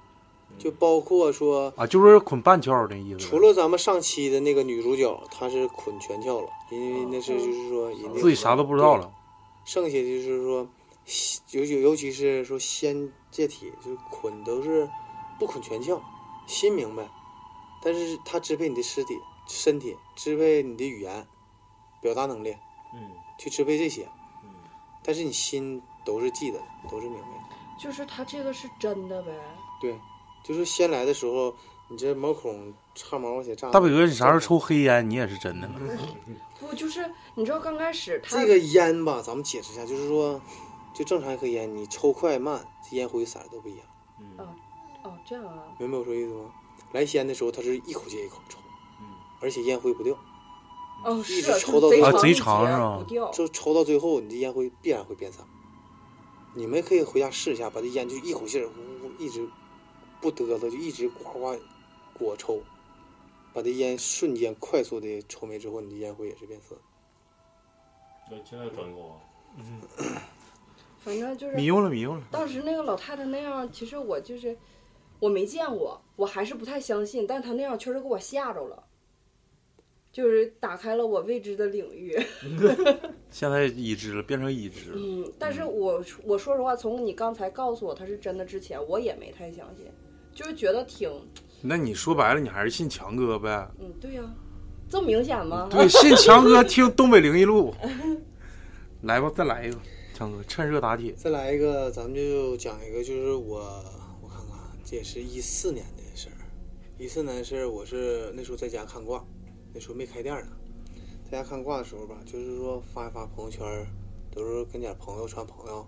D: 就包括说，
A: 啊，就是捆半翘的意思。
D: 除了咱们上期的那个女主角，她是捆全窍了，因为那是就是说人
A: 自己
D: 家
A: 啥都不知道了，
D: 剩下的就是说，西尤其尤其是说仙界体，就是捆都是不捆全窍，心明白，但是它支配你的尸体、身体，支配你的语言、表达能力。
C: 嗯
D: 去支配这些，
C: 嗯，
D: 但是你心都是记得的，都是明白的。
B: 就是她这个是真的呗，
D: 对，就是先来的时候，你这毛孔汗毛往起炸。
A: 大北哥，你啥时候抽黑烟？你也是真的了。
B: 不就是你知道刚开始她
D: 这个烟吧？咱们解释一下，就是说，就正常一颗烟，你抽快慢，这烟灰色儿都不一样，
C: 嗯
B: 哦这样啊。
D: 明白我说意思吗？来吸烟的时候，它是一口接一口抽，
C: 嗯
D: 而且烟灰不掉，
B: 哦，
D: 一
B: 是
D: 直
B: 就
D: 抽到
B: 贼
D: 啊
A: 贼
B: 长
A: 长是吧
B: 不掉，
D: 就抽到最后，你这烟灰必然会变色。你们可以回家试一下，把这烟就一口气儿呜呜一直不嘚瑟，就一直呱呱果抽，把这烟瞬间快速的抽没之后，你的烟灰也是变色的。
F: 那现在转购啊，
B: 反正就
A: 迷
B: 是
A: 糊了，迷糊了。
B: 当时那个老太太那样，其实我就是我没见过，我还是不太相信，但她那样确实给我吓着了，就是打开了我未知的领域。
A: 现在已知了，变成已知了。
B: 嗯，但是我我说实话，从你刚才告诉我她是真的之前，我也没太相信，就是觉得挺
A: 那你说白了，你还是信强哥 呗？
B: 嗯，对呀、这么明显吗？
A: 对，信强哥听东北灵异录。来吧，再来一个，强哥趁热打铁。
D: 再来一个，咱们就讲一个，就是我我看看，这也是一四年的事儿。一四年的事儿，我是那时候在家看卦，那时候没开店呢，在家看卦的时候吧，就是说发一发朋友圈儿，都是跟点儿朋友传朋友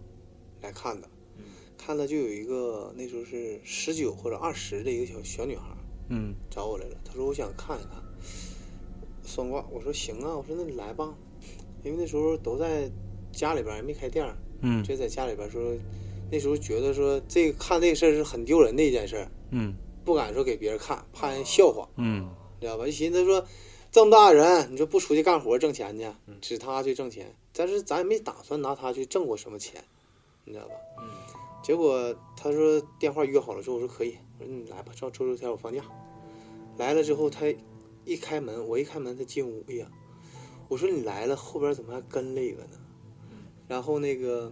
D: 来看的。
C: 嗯
D: 看了就有一个那时候是十九或者二十的一个小小女孩儿
A: 嗯，
D: 找我来了，她说我想看一看算卦，我说行啊，我说那你来吧，因为那时候都在家里边儿没开店儿，
A: 嗯
D: 就在家里边说，那时候觉得说这个看这个事儿是很丢人的一件事儿，
A: 嗯
D: 不敢说给别人看，怕人笑话，
A: 嗯，
D: 你知道吧？就寻思说，这么大人，你说不出去干活挣钱去，指他去挣钱，但是咱也没打算拿他去挣过什么钱，你知道吧？
C: 嗯
D: 结果他说电话约好了之后，我说可以，我说你来吧，照周六天我放假。来了之后，他一开门，我一开门，他进屋，哎呀，我说你来了，后边怎么还跟了一个呢？然后那个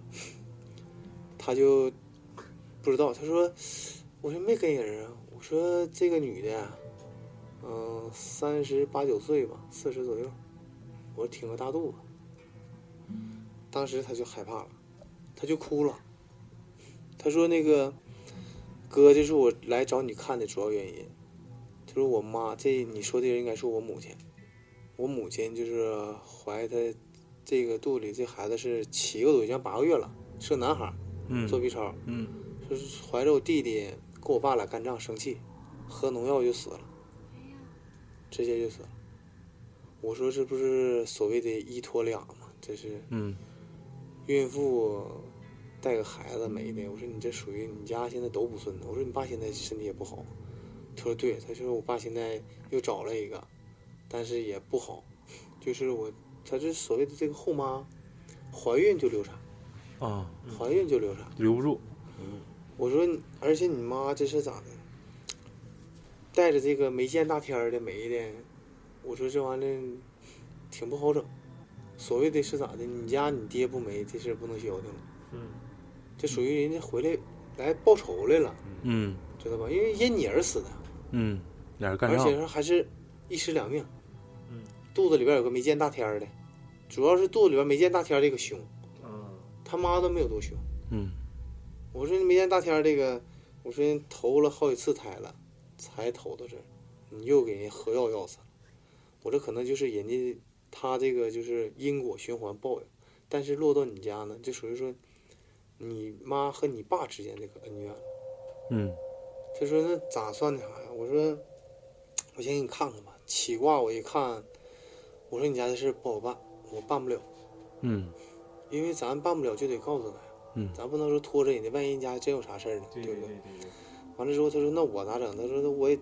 D: 他就不知道，他说，我说没跟人啊，我说这个女的呀，啊，嗯，三十八九岁吧，四十左右，我挺个大肚子。当时他就害怕了，他就哭了。他说：“那个哥，这是我来找你看的主要原因。”他说：“我妈，这你说这人应该是我母亲。我母亲就是怀她这个肚里这孩子是七个多月，将八个月了，是个男孩儿，
A: 嗯
D: 做 B 超。
A: 嗯
D: 就是怀着我弟弟跟我爸俩干仗生气，喝农药就死了，直接就死了。我说这不是所谓的一拖俩吗？这是
A: 嗯
D: 孕妇带个孩子没的。我说你这属于你家现在都不顺的。我说你爸现在身体也不好。他说对，他说我爸现在又找了一个，但是也不好，就是我他这所谓的这个后妈，怀孕就流产，
A: 啊，
D: 怀孕就流产。
A: 留不住，
D: 我说你，而且你妈这是咋的？带着这个没见大天儿的没的，我说这玩意儿挺不好整。所谓的是咋的？你家你爹不没，这事儿不能消停了。
C: 嗯，
D: 这属于人家回来来报仇来了，
A: 嗯
D: 知道吧？因为因你而死的，
A: 嗯，俩人干
D: 而
A: 仗
D: 且，是还是一尸两命。
C: 嗯，
D: 肚子里边有个没见大天儿的，主要是肚子里边没见大天儿这个凶，
C: 啊，
D: 他妈都没有多凶。
A: 嗯
D: 我说你没见大天儿这个，我说人投了好几次胎了，才投到这儿，你又给人喝药药死了。我这可能就是人家他这个就是因果循环报应，但是落到你家呢，就属于说你妈和你爸之间这个恩怨。
A: 嗯
D: 他说那咋算的啥呀？我说我先给你看看吧。起卦我一看，我说你家的事儿不好办，我办不了。
A: 嗯
D: 因为咱办不了就得告诉他呀，
A: 嗯
D: 咱不能说拖着人家，万一人家真有啥事儿呢，
C: 对
D: 不
C: 对
D: 对？
C: 对对，
D: 完了之后，他说那我咋整？他说那我也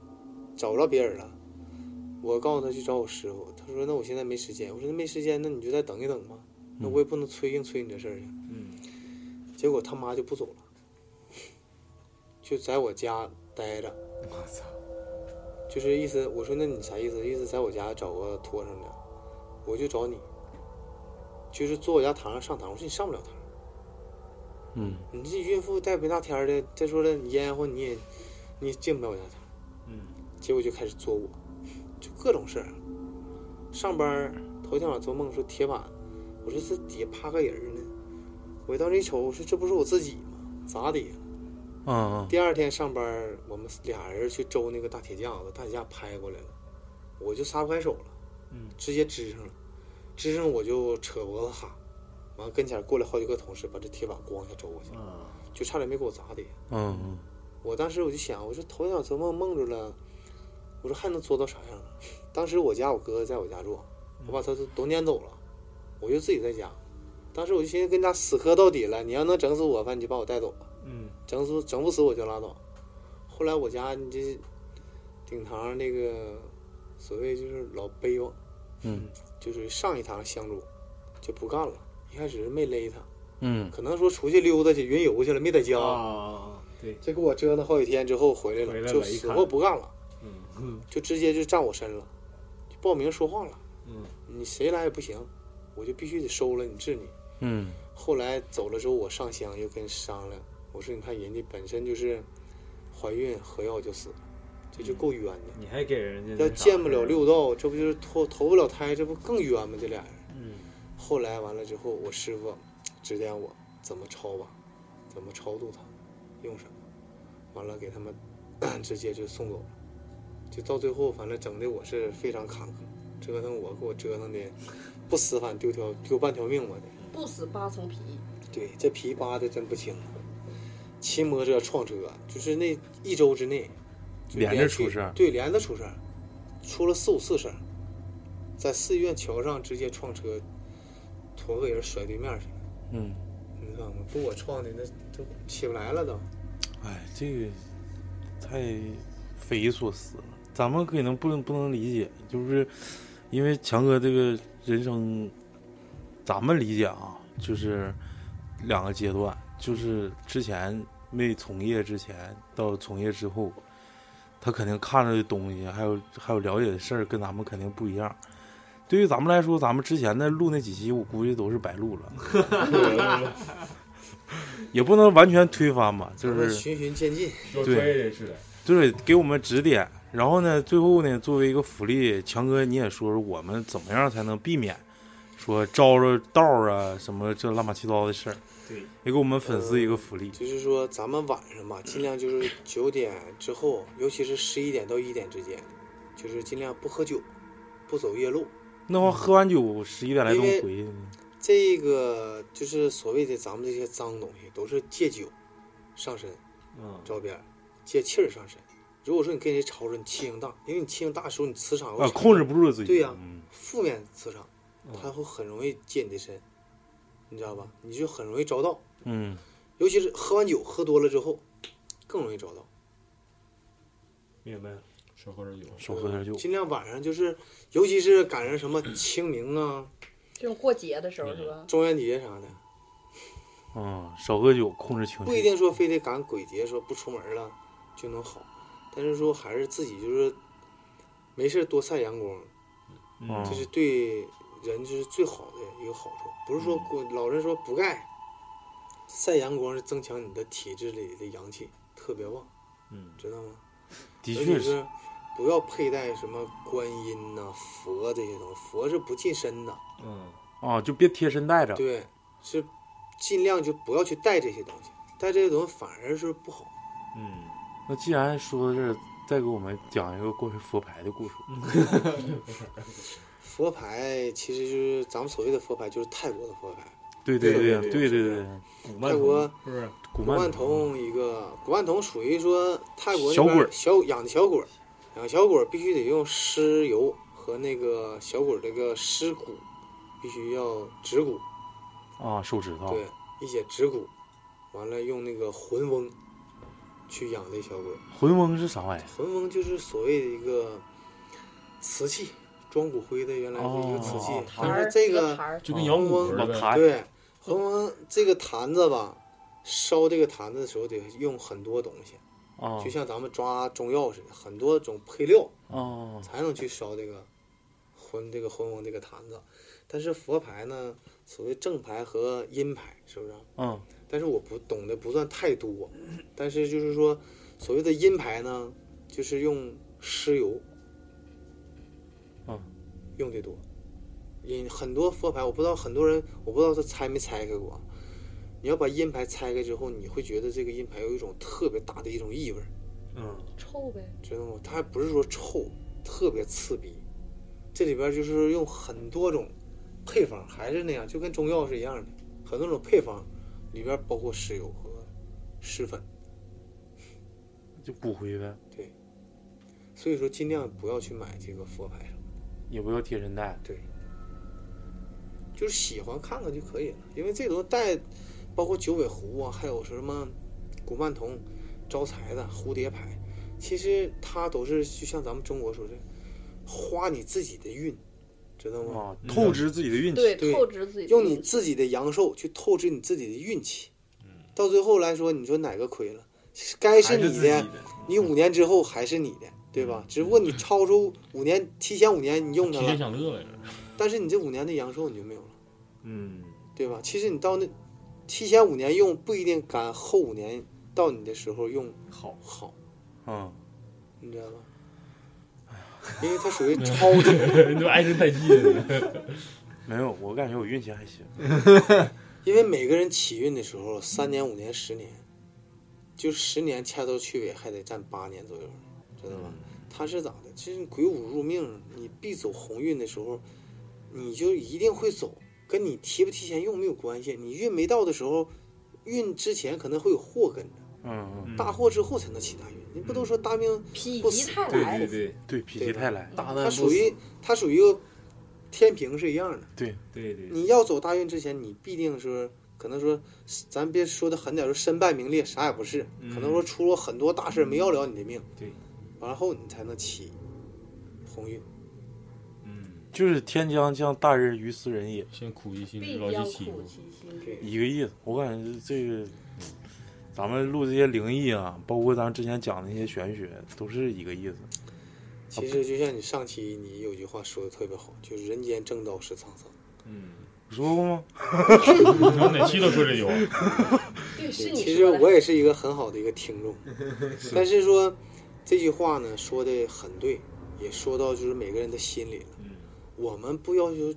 D: 找不着别人了，我告诉他去找我师傅。他说那我现在没时间。我说那没时间，那你就再等一等吧。那我也不能催硬催你这事儿去。
C: 嗯
D: 结果他妈就不走了，就在我家待着。
C: 我操，
D: 就是意思，我说那你啥意思？意思在我家找个托生的，我就找你，就是坐我家堂上上堂。我说你上不了堂。
A: 嗯
D: 你这孕妇带没大天儿的，再说了，你烟花你也你也进不了我家堂，
C: 嗯
D: 结果就开始作我，就各种事儿。上班儿头天晚上做梦说铁板，我说这底下趴个人儿呢，我当时一瞅，我说这不是我自己吗？咋的呀？
A: 啊啊，
D: 第二天上班儿，我们俩人去周那个大铁架子，大铁架拍过来了，我就撒不开手了，
C: 嗯
D: 直接支上了，支上我就扯脖子哈，完跟前儿过来好几个同事，把这铁板咣一下周过去了，
C: 啊，
D: 就差点没给我砸的。
A: 嗯嗯
D: 我当时我就想，我说头一晚做梦梦着了，我说还能作到啥样啊？当时我家我哥在我家住，我把他都都撵走了，我就自己在家。当时我就寻思跟家死磕到底了，你要能整死我，反正你就把我带走吧，
C: 嗯
D: 整死整不死我就拉倒。后来我家你这顶堂那个所谓就是老背我，
A: 嗯
D: 就是上一堂香烛就不干了。一开始没勒他，
A: 嗯
D: 可能说出去溜达去云游去了，没在家。
C: 啊，对，
D: 这给我折腾好几天之后回来了，
C: 回来了
D: 就
C: 一
D: 死
C: 看
D: 活不干了，
C: 嗯
D: 就直接就站我身了，就报名说话了。
C: 嗯
D: 你谁来也不行，我就必须得收了你治你。
A: 嗯
D: 后来走了之后，我上香又跟商量，我说你看人家本身就是怀孕喝药就死了，这就
C: 嗯
D: 够冤的。
C: 你还给人家
D: 要见不了，六道，这不就是投投不了胎，这不更冤吗？这俩人。
C: 嗯
D: 后来完了之后，我师傅指点我怎么超吧，怎么超度他，用什么，完了给他们 直接就送走了，就到最后反正整的我是非常坎坷，折腾我给我折腾的不死反丢条丢半条命我的。
B: 不死八层皮，
D: 对，这皮扒的真不轻啊，骑摩托车撞车，就是那一周之内，就
A: 连着
D: 连续
A: 出事儿
D: 对，连着出事儿，出了四五次事儿，在四院桥上直接撞车，驮个人甩对面去了，
A: 嗯，
D: 你知道吗？给我撞的那都起不来了都。
A: 哎，这个太匪夷所思了，咱们可能不能不能理解，就是因为强哥这个人生，咱们理解啊，就是两个阶段，就是之前没从业之前到从业之后，他肯定看着的东西，还有还有了解的事儿，跟咱们肯定不一样。对于咱们来说，咱们之前的录那几期，我估计都是白录了，也不能完全推翻吧，就
D: 咱们
A: 是
D: 循循渐进，
C: 说专业人士的，
A: 就是给我们指点，然后呢，最后呢，作为一个福利，强哥你也说说我们怎么样才能避免说招着道儿啊什么这乱七八糟的事儿，
C: 对，
A: 也给我们粉丝一个福利。
D: 就是说咱们晚上吧，尽量就是九点之后，尤其是十一点到一点之间，就是尽量不喝酒，不走夜路。
A: 那会儿喝完酒十一点来钟
D: 因为
A: 回去呢，
D: 这个就是所谓的咱们这些脏东西，都是借酒上身，
C: 嗯，
D: 照边借气儿上身。如果说你跟人吵吵，你气性大，因为你气性大的时候，你磁场
A: 啊，控制哦不住自己。
D: 对呀
A: 嗯
D: 负面磁场，
C: 嗯
D: 它会很容易借你的身，你知道吧？你就很容易着道，
A: 嗯，
D: 尤其是喝完酒喝多了之后，更容易着道。
C: 明白了，
F: 少喝点酒。
A: 少喝点酒。
D: 嗯尽量晚上就是，尤其是赶上什么清明啊、
B: 这种过节的时候是吧？
D: 中元节啥的，
A: 嗯，少喝酒，控制情
D: 不一
A: 绪。
D: 定说非得赶鬼节说不出门了就能好，但是说还是自己就是没事多晒阳光，
A: 嗯
D: 这是对人就是最好的一个好处。不是说
A: 嗯
D: 过老人说补钙，晒阳光是增强你的体质里的阳气，特别旺，
C: 嗯，
D: 知道吗？
A: 的
D: 尤
A: 确
D: 其
A: 是，
D: 是不要佩戴什么观音呐、佛这些东西，佛是不近身的，
C: 嗯，
A: 啊，就别贴身带着。
D: 对，是尽量就不要去戴这些东西，戴这些东西反而是不好。
C: 嗯，
A: 那既然说到这儿，再给我们讲一个关于佛牌的故事。
D: 佛牌其实就是咱们所谓的佛牌，就是泰国的佛牌。
A: 对对
C: 对
A: 对
C: 对
A: 对
C: 对
A: 对对，
C: 古曼
D: 泰
C: 童
D: 国
C: 是不是？
A: 古
D: 古曼
A: 曼
D: 童一个古曼童属于说泰国那
A: 小
D: 边
A: 鬼儿
D: 小养的小鬼儿，养小鬼儿必须得用尸油和那个小鬼儿这个尸骨，必须要指骨，
A: 啊，手指头
D: 对，一些指骨，完了用那个魂翁去养这小鬼儿。
A: 魂翁是啥玩意儿？
D: 魂翁就是所谓的一个瓷器，装骨灰的原来的一个瓷器
A: 哦，
B: 坛
D: 但
B: 儿
D: 是这
B: 一
D: 个
B: 个坛儿，
F: 就
C: 哦
F: 跟羊骨似
A: 老
F: 的呗，
A: 坛
D: 对，魂翁这个坛子吧，烧这个坛子的时候得用很多东西，
A: 啊
D: 就像咱们抓中药似的，很多种配料
A: 啊
D: 才能去烧这个魂这个魂翁这个坛子。但是佛牌呢，所谓正牌和阴牌，是不是啊？
A: 嗯
D: 但是我不懂得不算太多，但是就是说，所谓的阴牌呢，就是用尸油，
A: 嗯，
D: 用的多。阴很多佛牌，我不知道很多人，我不知道他拆没拆开过啊。你要把阴牌拆开之后，你会觉得这个阴牌有一种特别大的一种异味儿，
C: 嗯，
B: 臭呗。
D: 知道吗？它还不是说臭，特别刺鼻。这里边就是用很多种配方，还是那样，就跟中药是一样的，很多种配方，里边包括石油和石粉。
A: 就骨灰呗，
D: 对，所以说尽量不要去买这个佛牌什么的，
A: 也不要贴身带。
D: 对，就是喜欢看看就可以了。因为这东西带，包括九尾狐啊，还有什么古曼童、招财的蝴蝶牌，其实它都是就像咱们中国说的，花你自己的运，知道吗？
A: 啊，透支自己的运气。
B: 对，
D: 对
B: 透支自己的
D: 用你
B: 运气
D: 自己的阳寿去透支你自己的运气，到最后来说，你说哪个亏了？该
C: 嗯还
D: 是你
C: 自己嗯的，
D: 你五年之后还是你的，对吧？只不过你超出五年，提前五年你用
F: 提
D: 它
F: 前
D: 了，
F: 享乐来着。
D: 但是你这五年的阳寿你就没有了，
C: 嗯，
D: 对吧？其实你到那提前五年用不一定赶后五年到你的时候用
C: 好，
D: 好，
A: 嗯，
D: 你知道吗？因为它属于超值，
F: 你都唉声叹气的，
A: 没有，我感觉我运气还行。
D: 因为每个人起运的时候，三年、五年、十年，就十年掐头去尾还得占八年左右，知道吧？
C: 嗯
D: 它是咋的？其实鬼舞入命，你必走鸿运的时候，你就一定会走，跟你提不提前用没有关系。你运没到的时候，运之前可能会有祸跟着，
A: 嗯，嗯，
D: 大祸之后才能起大运。你不都说大命？
B: 否
D: 不
B: 极
D: 死
B: 泰
C: 对
B: 来，
C: 对对
A: 对，否极泰来。
C: 大难
D: 它
C: 不
D: 属
C: 死
D: 于它属于一个天平是一样的。
A: 对，
C: 对对，
D: 你要走大运之前，你必定是可能说，咱别说的狠点儿，就身败名裂，啥也不是，可能说出了很多大事，没要了你的命。
C: 对，
D: 完后你才能起鸿运。
C: 嗯，
A: 就是天将降大任于斯人也，
F: 先苦其心志，
B: 必
F: 劳
B: 将
F: 其体
B: 苦
F: 肤。
B: 其心志。
A: 一个意思。我感觉这个，咱们录这些灵异啊，包括咱之前讲的那些玄学，都是一个意思。
D: 其实就像你上期你有句话说的特别好，就是“人间正道是沧桑
C: 嗯，
A: 说过吗？
F: 你们哪期都说这 句话，
B: 对，”。是你
D: 其实
B: 说的
D: 我也是一个很好的一个听众，但是说这句话呢说的很对，也说到就是每个人的心里了。
C: 嗯
D: 我们不要求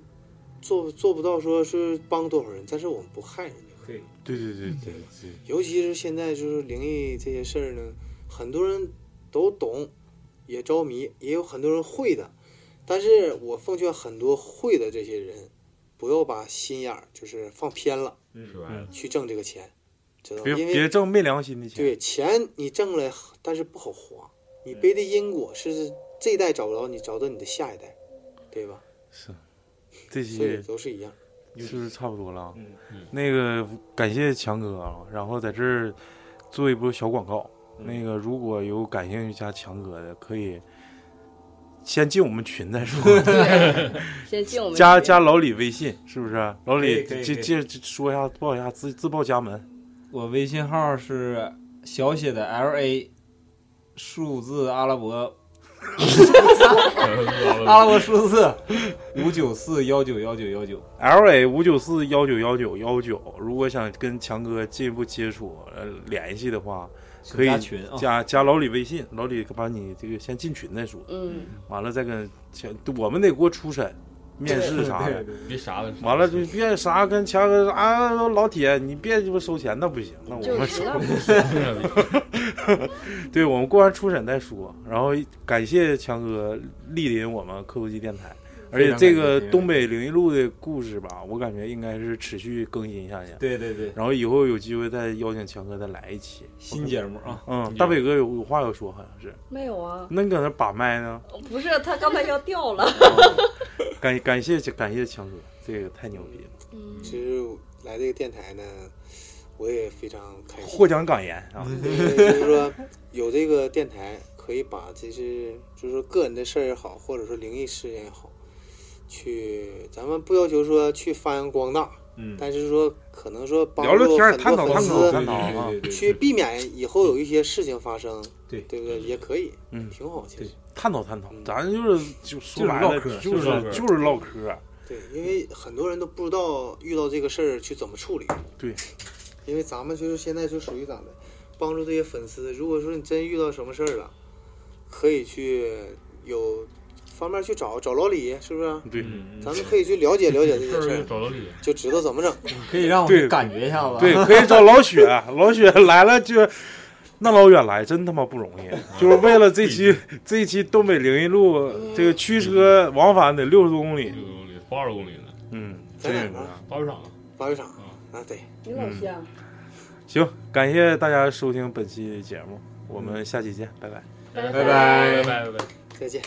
D: 做做不到说是帮多少人，但是我们不害人家。
C: 对，
A: 对对对对对，
D: 尤其是现在就是灵异这些事儿呢，很多人都懂，也着迷，也有很多人会的。但是我奉劝很多会的这些人，不要把心眼儿就是放偏了，
C: 嗯
F: 是吧
C: 嗯
D: 去挣这个钱，知道吗？
A: 别
D: 因为
A: 别挣没良心的钱。
D: 对，钱你挣了，但是不好花，你背的因果是这一代找不着你，找到你的下一代，对吧？
A: 是，这
D: 所以
A: 期
D: 都是一样。
A: 是不是差不多了啊？
C: 嗯
A: 那个感谢强哥啊，然后在这儿做一波小广告。啊
C: 嗯
A: 那个如果有感兴趣加强哥的，可以先进我们群再 说，
B: 先进我们
A: 加
B: 群
A: 加老李微信，是不是？老李
C: 可以可以
A: 介
C: 可以
A: 介说一下，报一下自自报家门。
C: 我微信号是小写的 L A，数字阿拉伯阿拉伯数字五九四幺九幺九幺 九。
A: L A 五九四幺九幺九幺九，如果想跟强哥进一步接触、呃联系的话，可以
C: 加群啊，
A: 加加老李微信，老李把你这个先进群再说，
B: 嗯，
A: 完了再跟强，我们得过初审、面试啥的
C: 对。对
F: 别啥了，
A: 完了就别啥跟强哥说啊，老铁，你别鸡巴收钱，那不行，那
B: 就
A: 我
B: 是
A: 们
B: 实
A: 收。
B: 在 不
A: 对我们过完初审再说。然后感谢强哥莅临我们科普机电台，而且这个东北灵异录的故事吧，我感觉应该是持续更新下去。
C: 对对对，
A: 然后以后有机会再邀请强哥再来一期。
C: 新节目啊，
A: 嗯，大伟哥有有话要说，好像是。
B: 没有啊，
A: 那你搁那把麦呢？
B: 不是他刚才要掉了。
A: 感感谢感谢强哥，这个太牛逼了，
B: 嗯，
D: 其实来这个电台呢，我也非常开心。
A: 获奖感言啊！
D: 因为就是说有这个电台，可以把这些就是说个人的事儿也好，或者说灵异事件也好，去咱们不要求说去发扬光大，
C: 嗯，
D: 但是说可能说帮
A: 聊聊
D: 助
A: 天儿，
D: 很
A: 探
D: 多
A: 讨
D: 粉
A: 探讨
D: 丝
A: 探讨啊！
C: 对对
D: 去避免以后有一些事情发生，
C: 对
D: 对不对？也可以，
A: 嗯
D: 挺好，其实
A: 探讨探讨，
D: 嗯
A: 咱就是就说白了
C: 就是唠嗑
A: 就是
F: 就是唠嗑
A: 就是唠嗑，
D: 对，因为很多人都不知道遇到这个事儿去怎么处理，
A: 对，
D: 因为咱们就是现在就属于咋的，帮助这些粉丝。如果说你真遇到什么事儿了，可以去有方面去找找老李，是不是？
A: 对
C: 嗯，
D: 咱们可以去了解了解这些事
F: 事儿
D: 儿，
F: 找到理，
D: 就知道怎么整。
C: 可以让我们感觉一下子，
A: 对，，可以找老雪，啊老雪来了就那老远来，真他妈不容易，就是为了这期这一期东北灵异录这个驱车往返得六十多公里
F: 六，十公里，八十公里呢，
A: 嗯，
D: 在
A: 真
D: 哪
A: 是
D: 儿啊？
F: 八十场啊，
D: 八月场啊，对，
B: 你老乡，
A: 行，感谢大家收听本期节目，我们下期见，拜拜。
B: 拜
C: 拜拜
F: 拜拜拜。
D: 再见。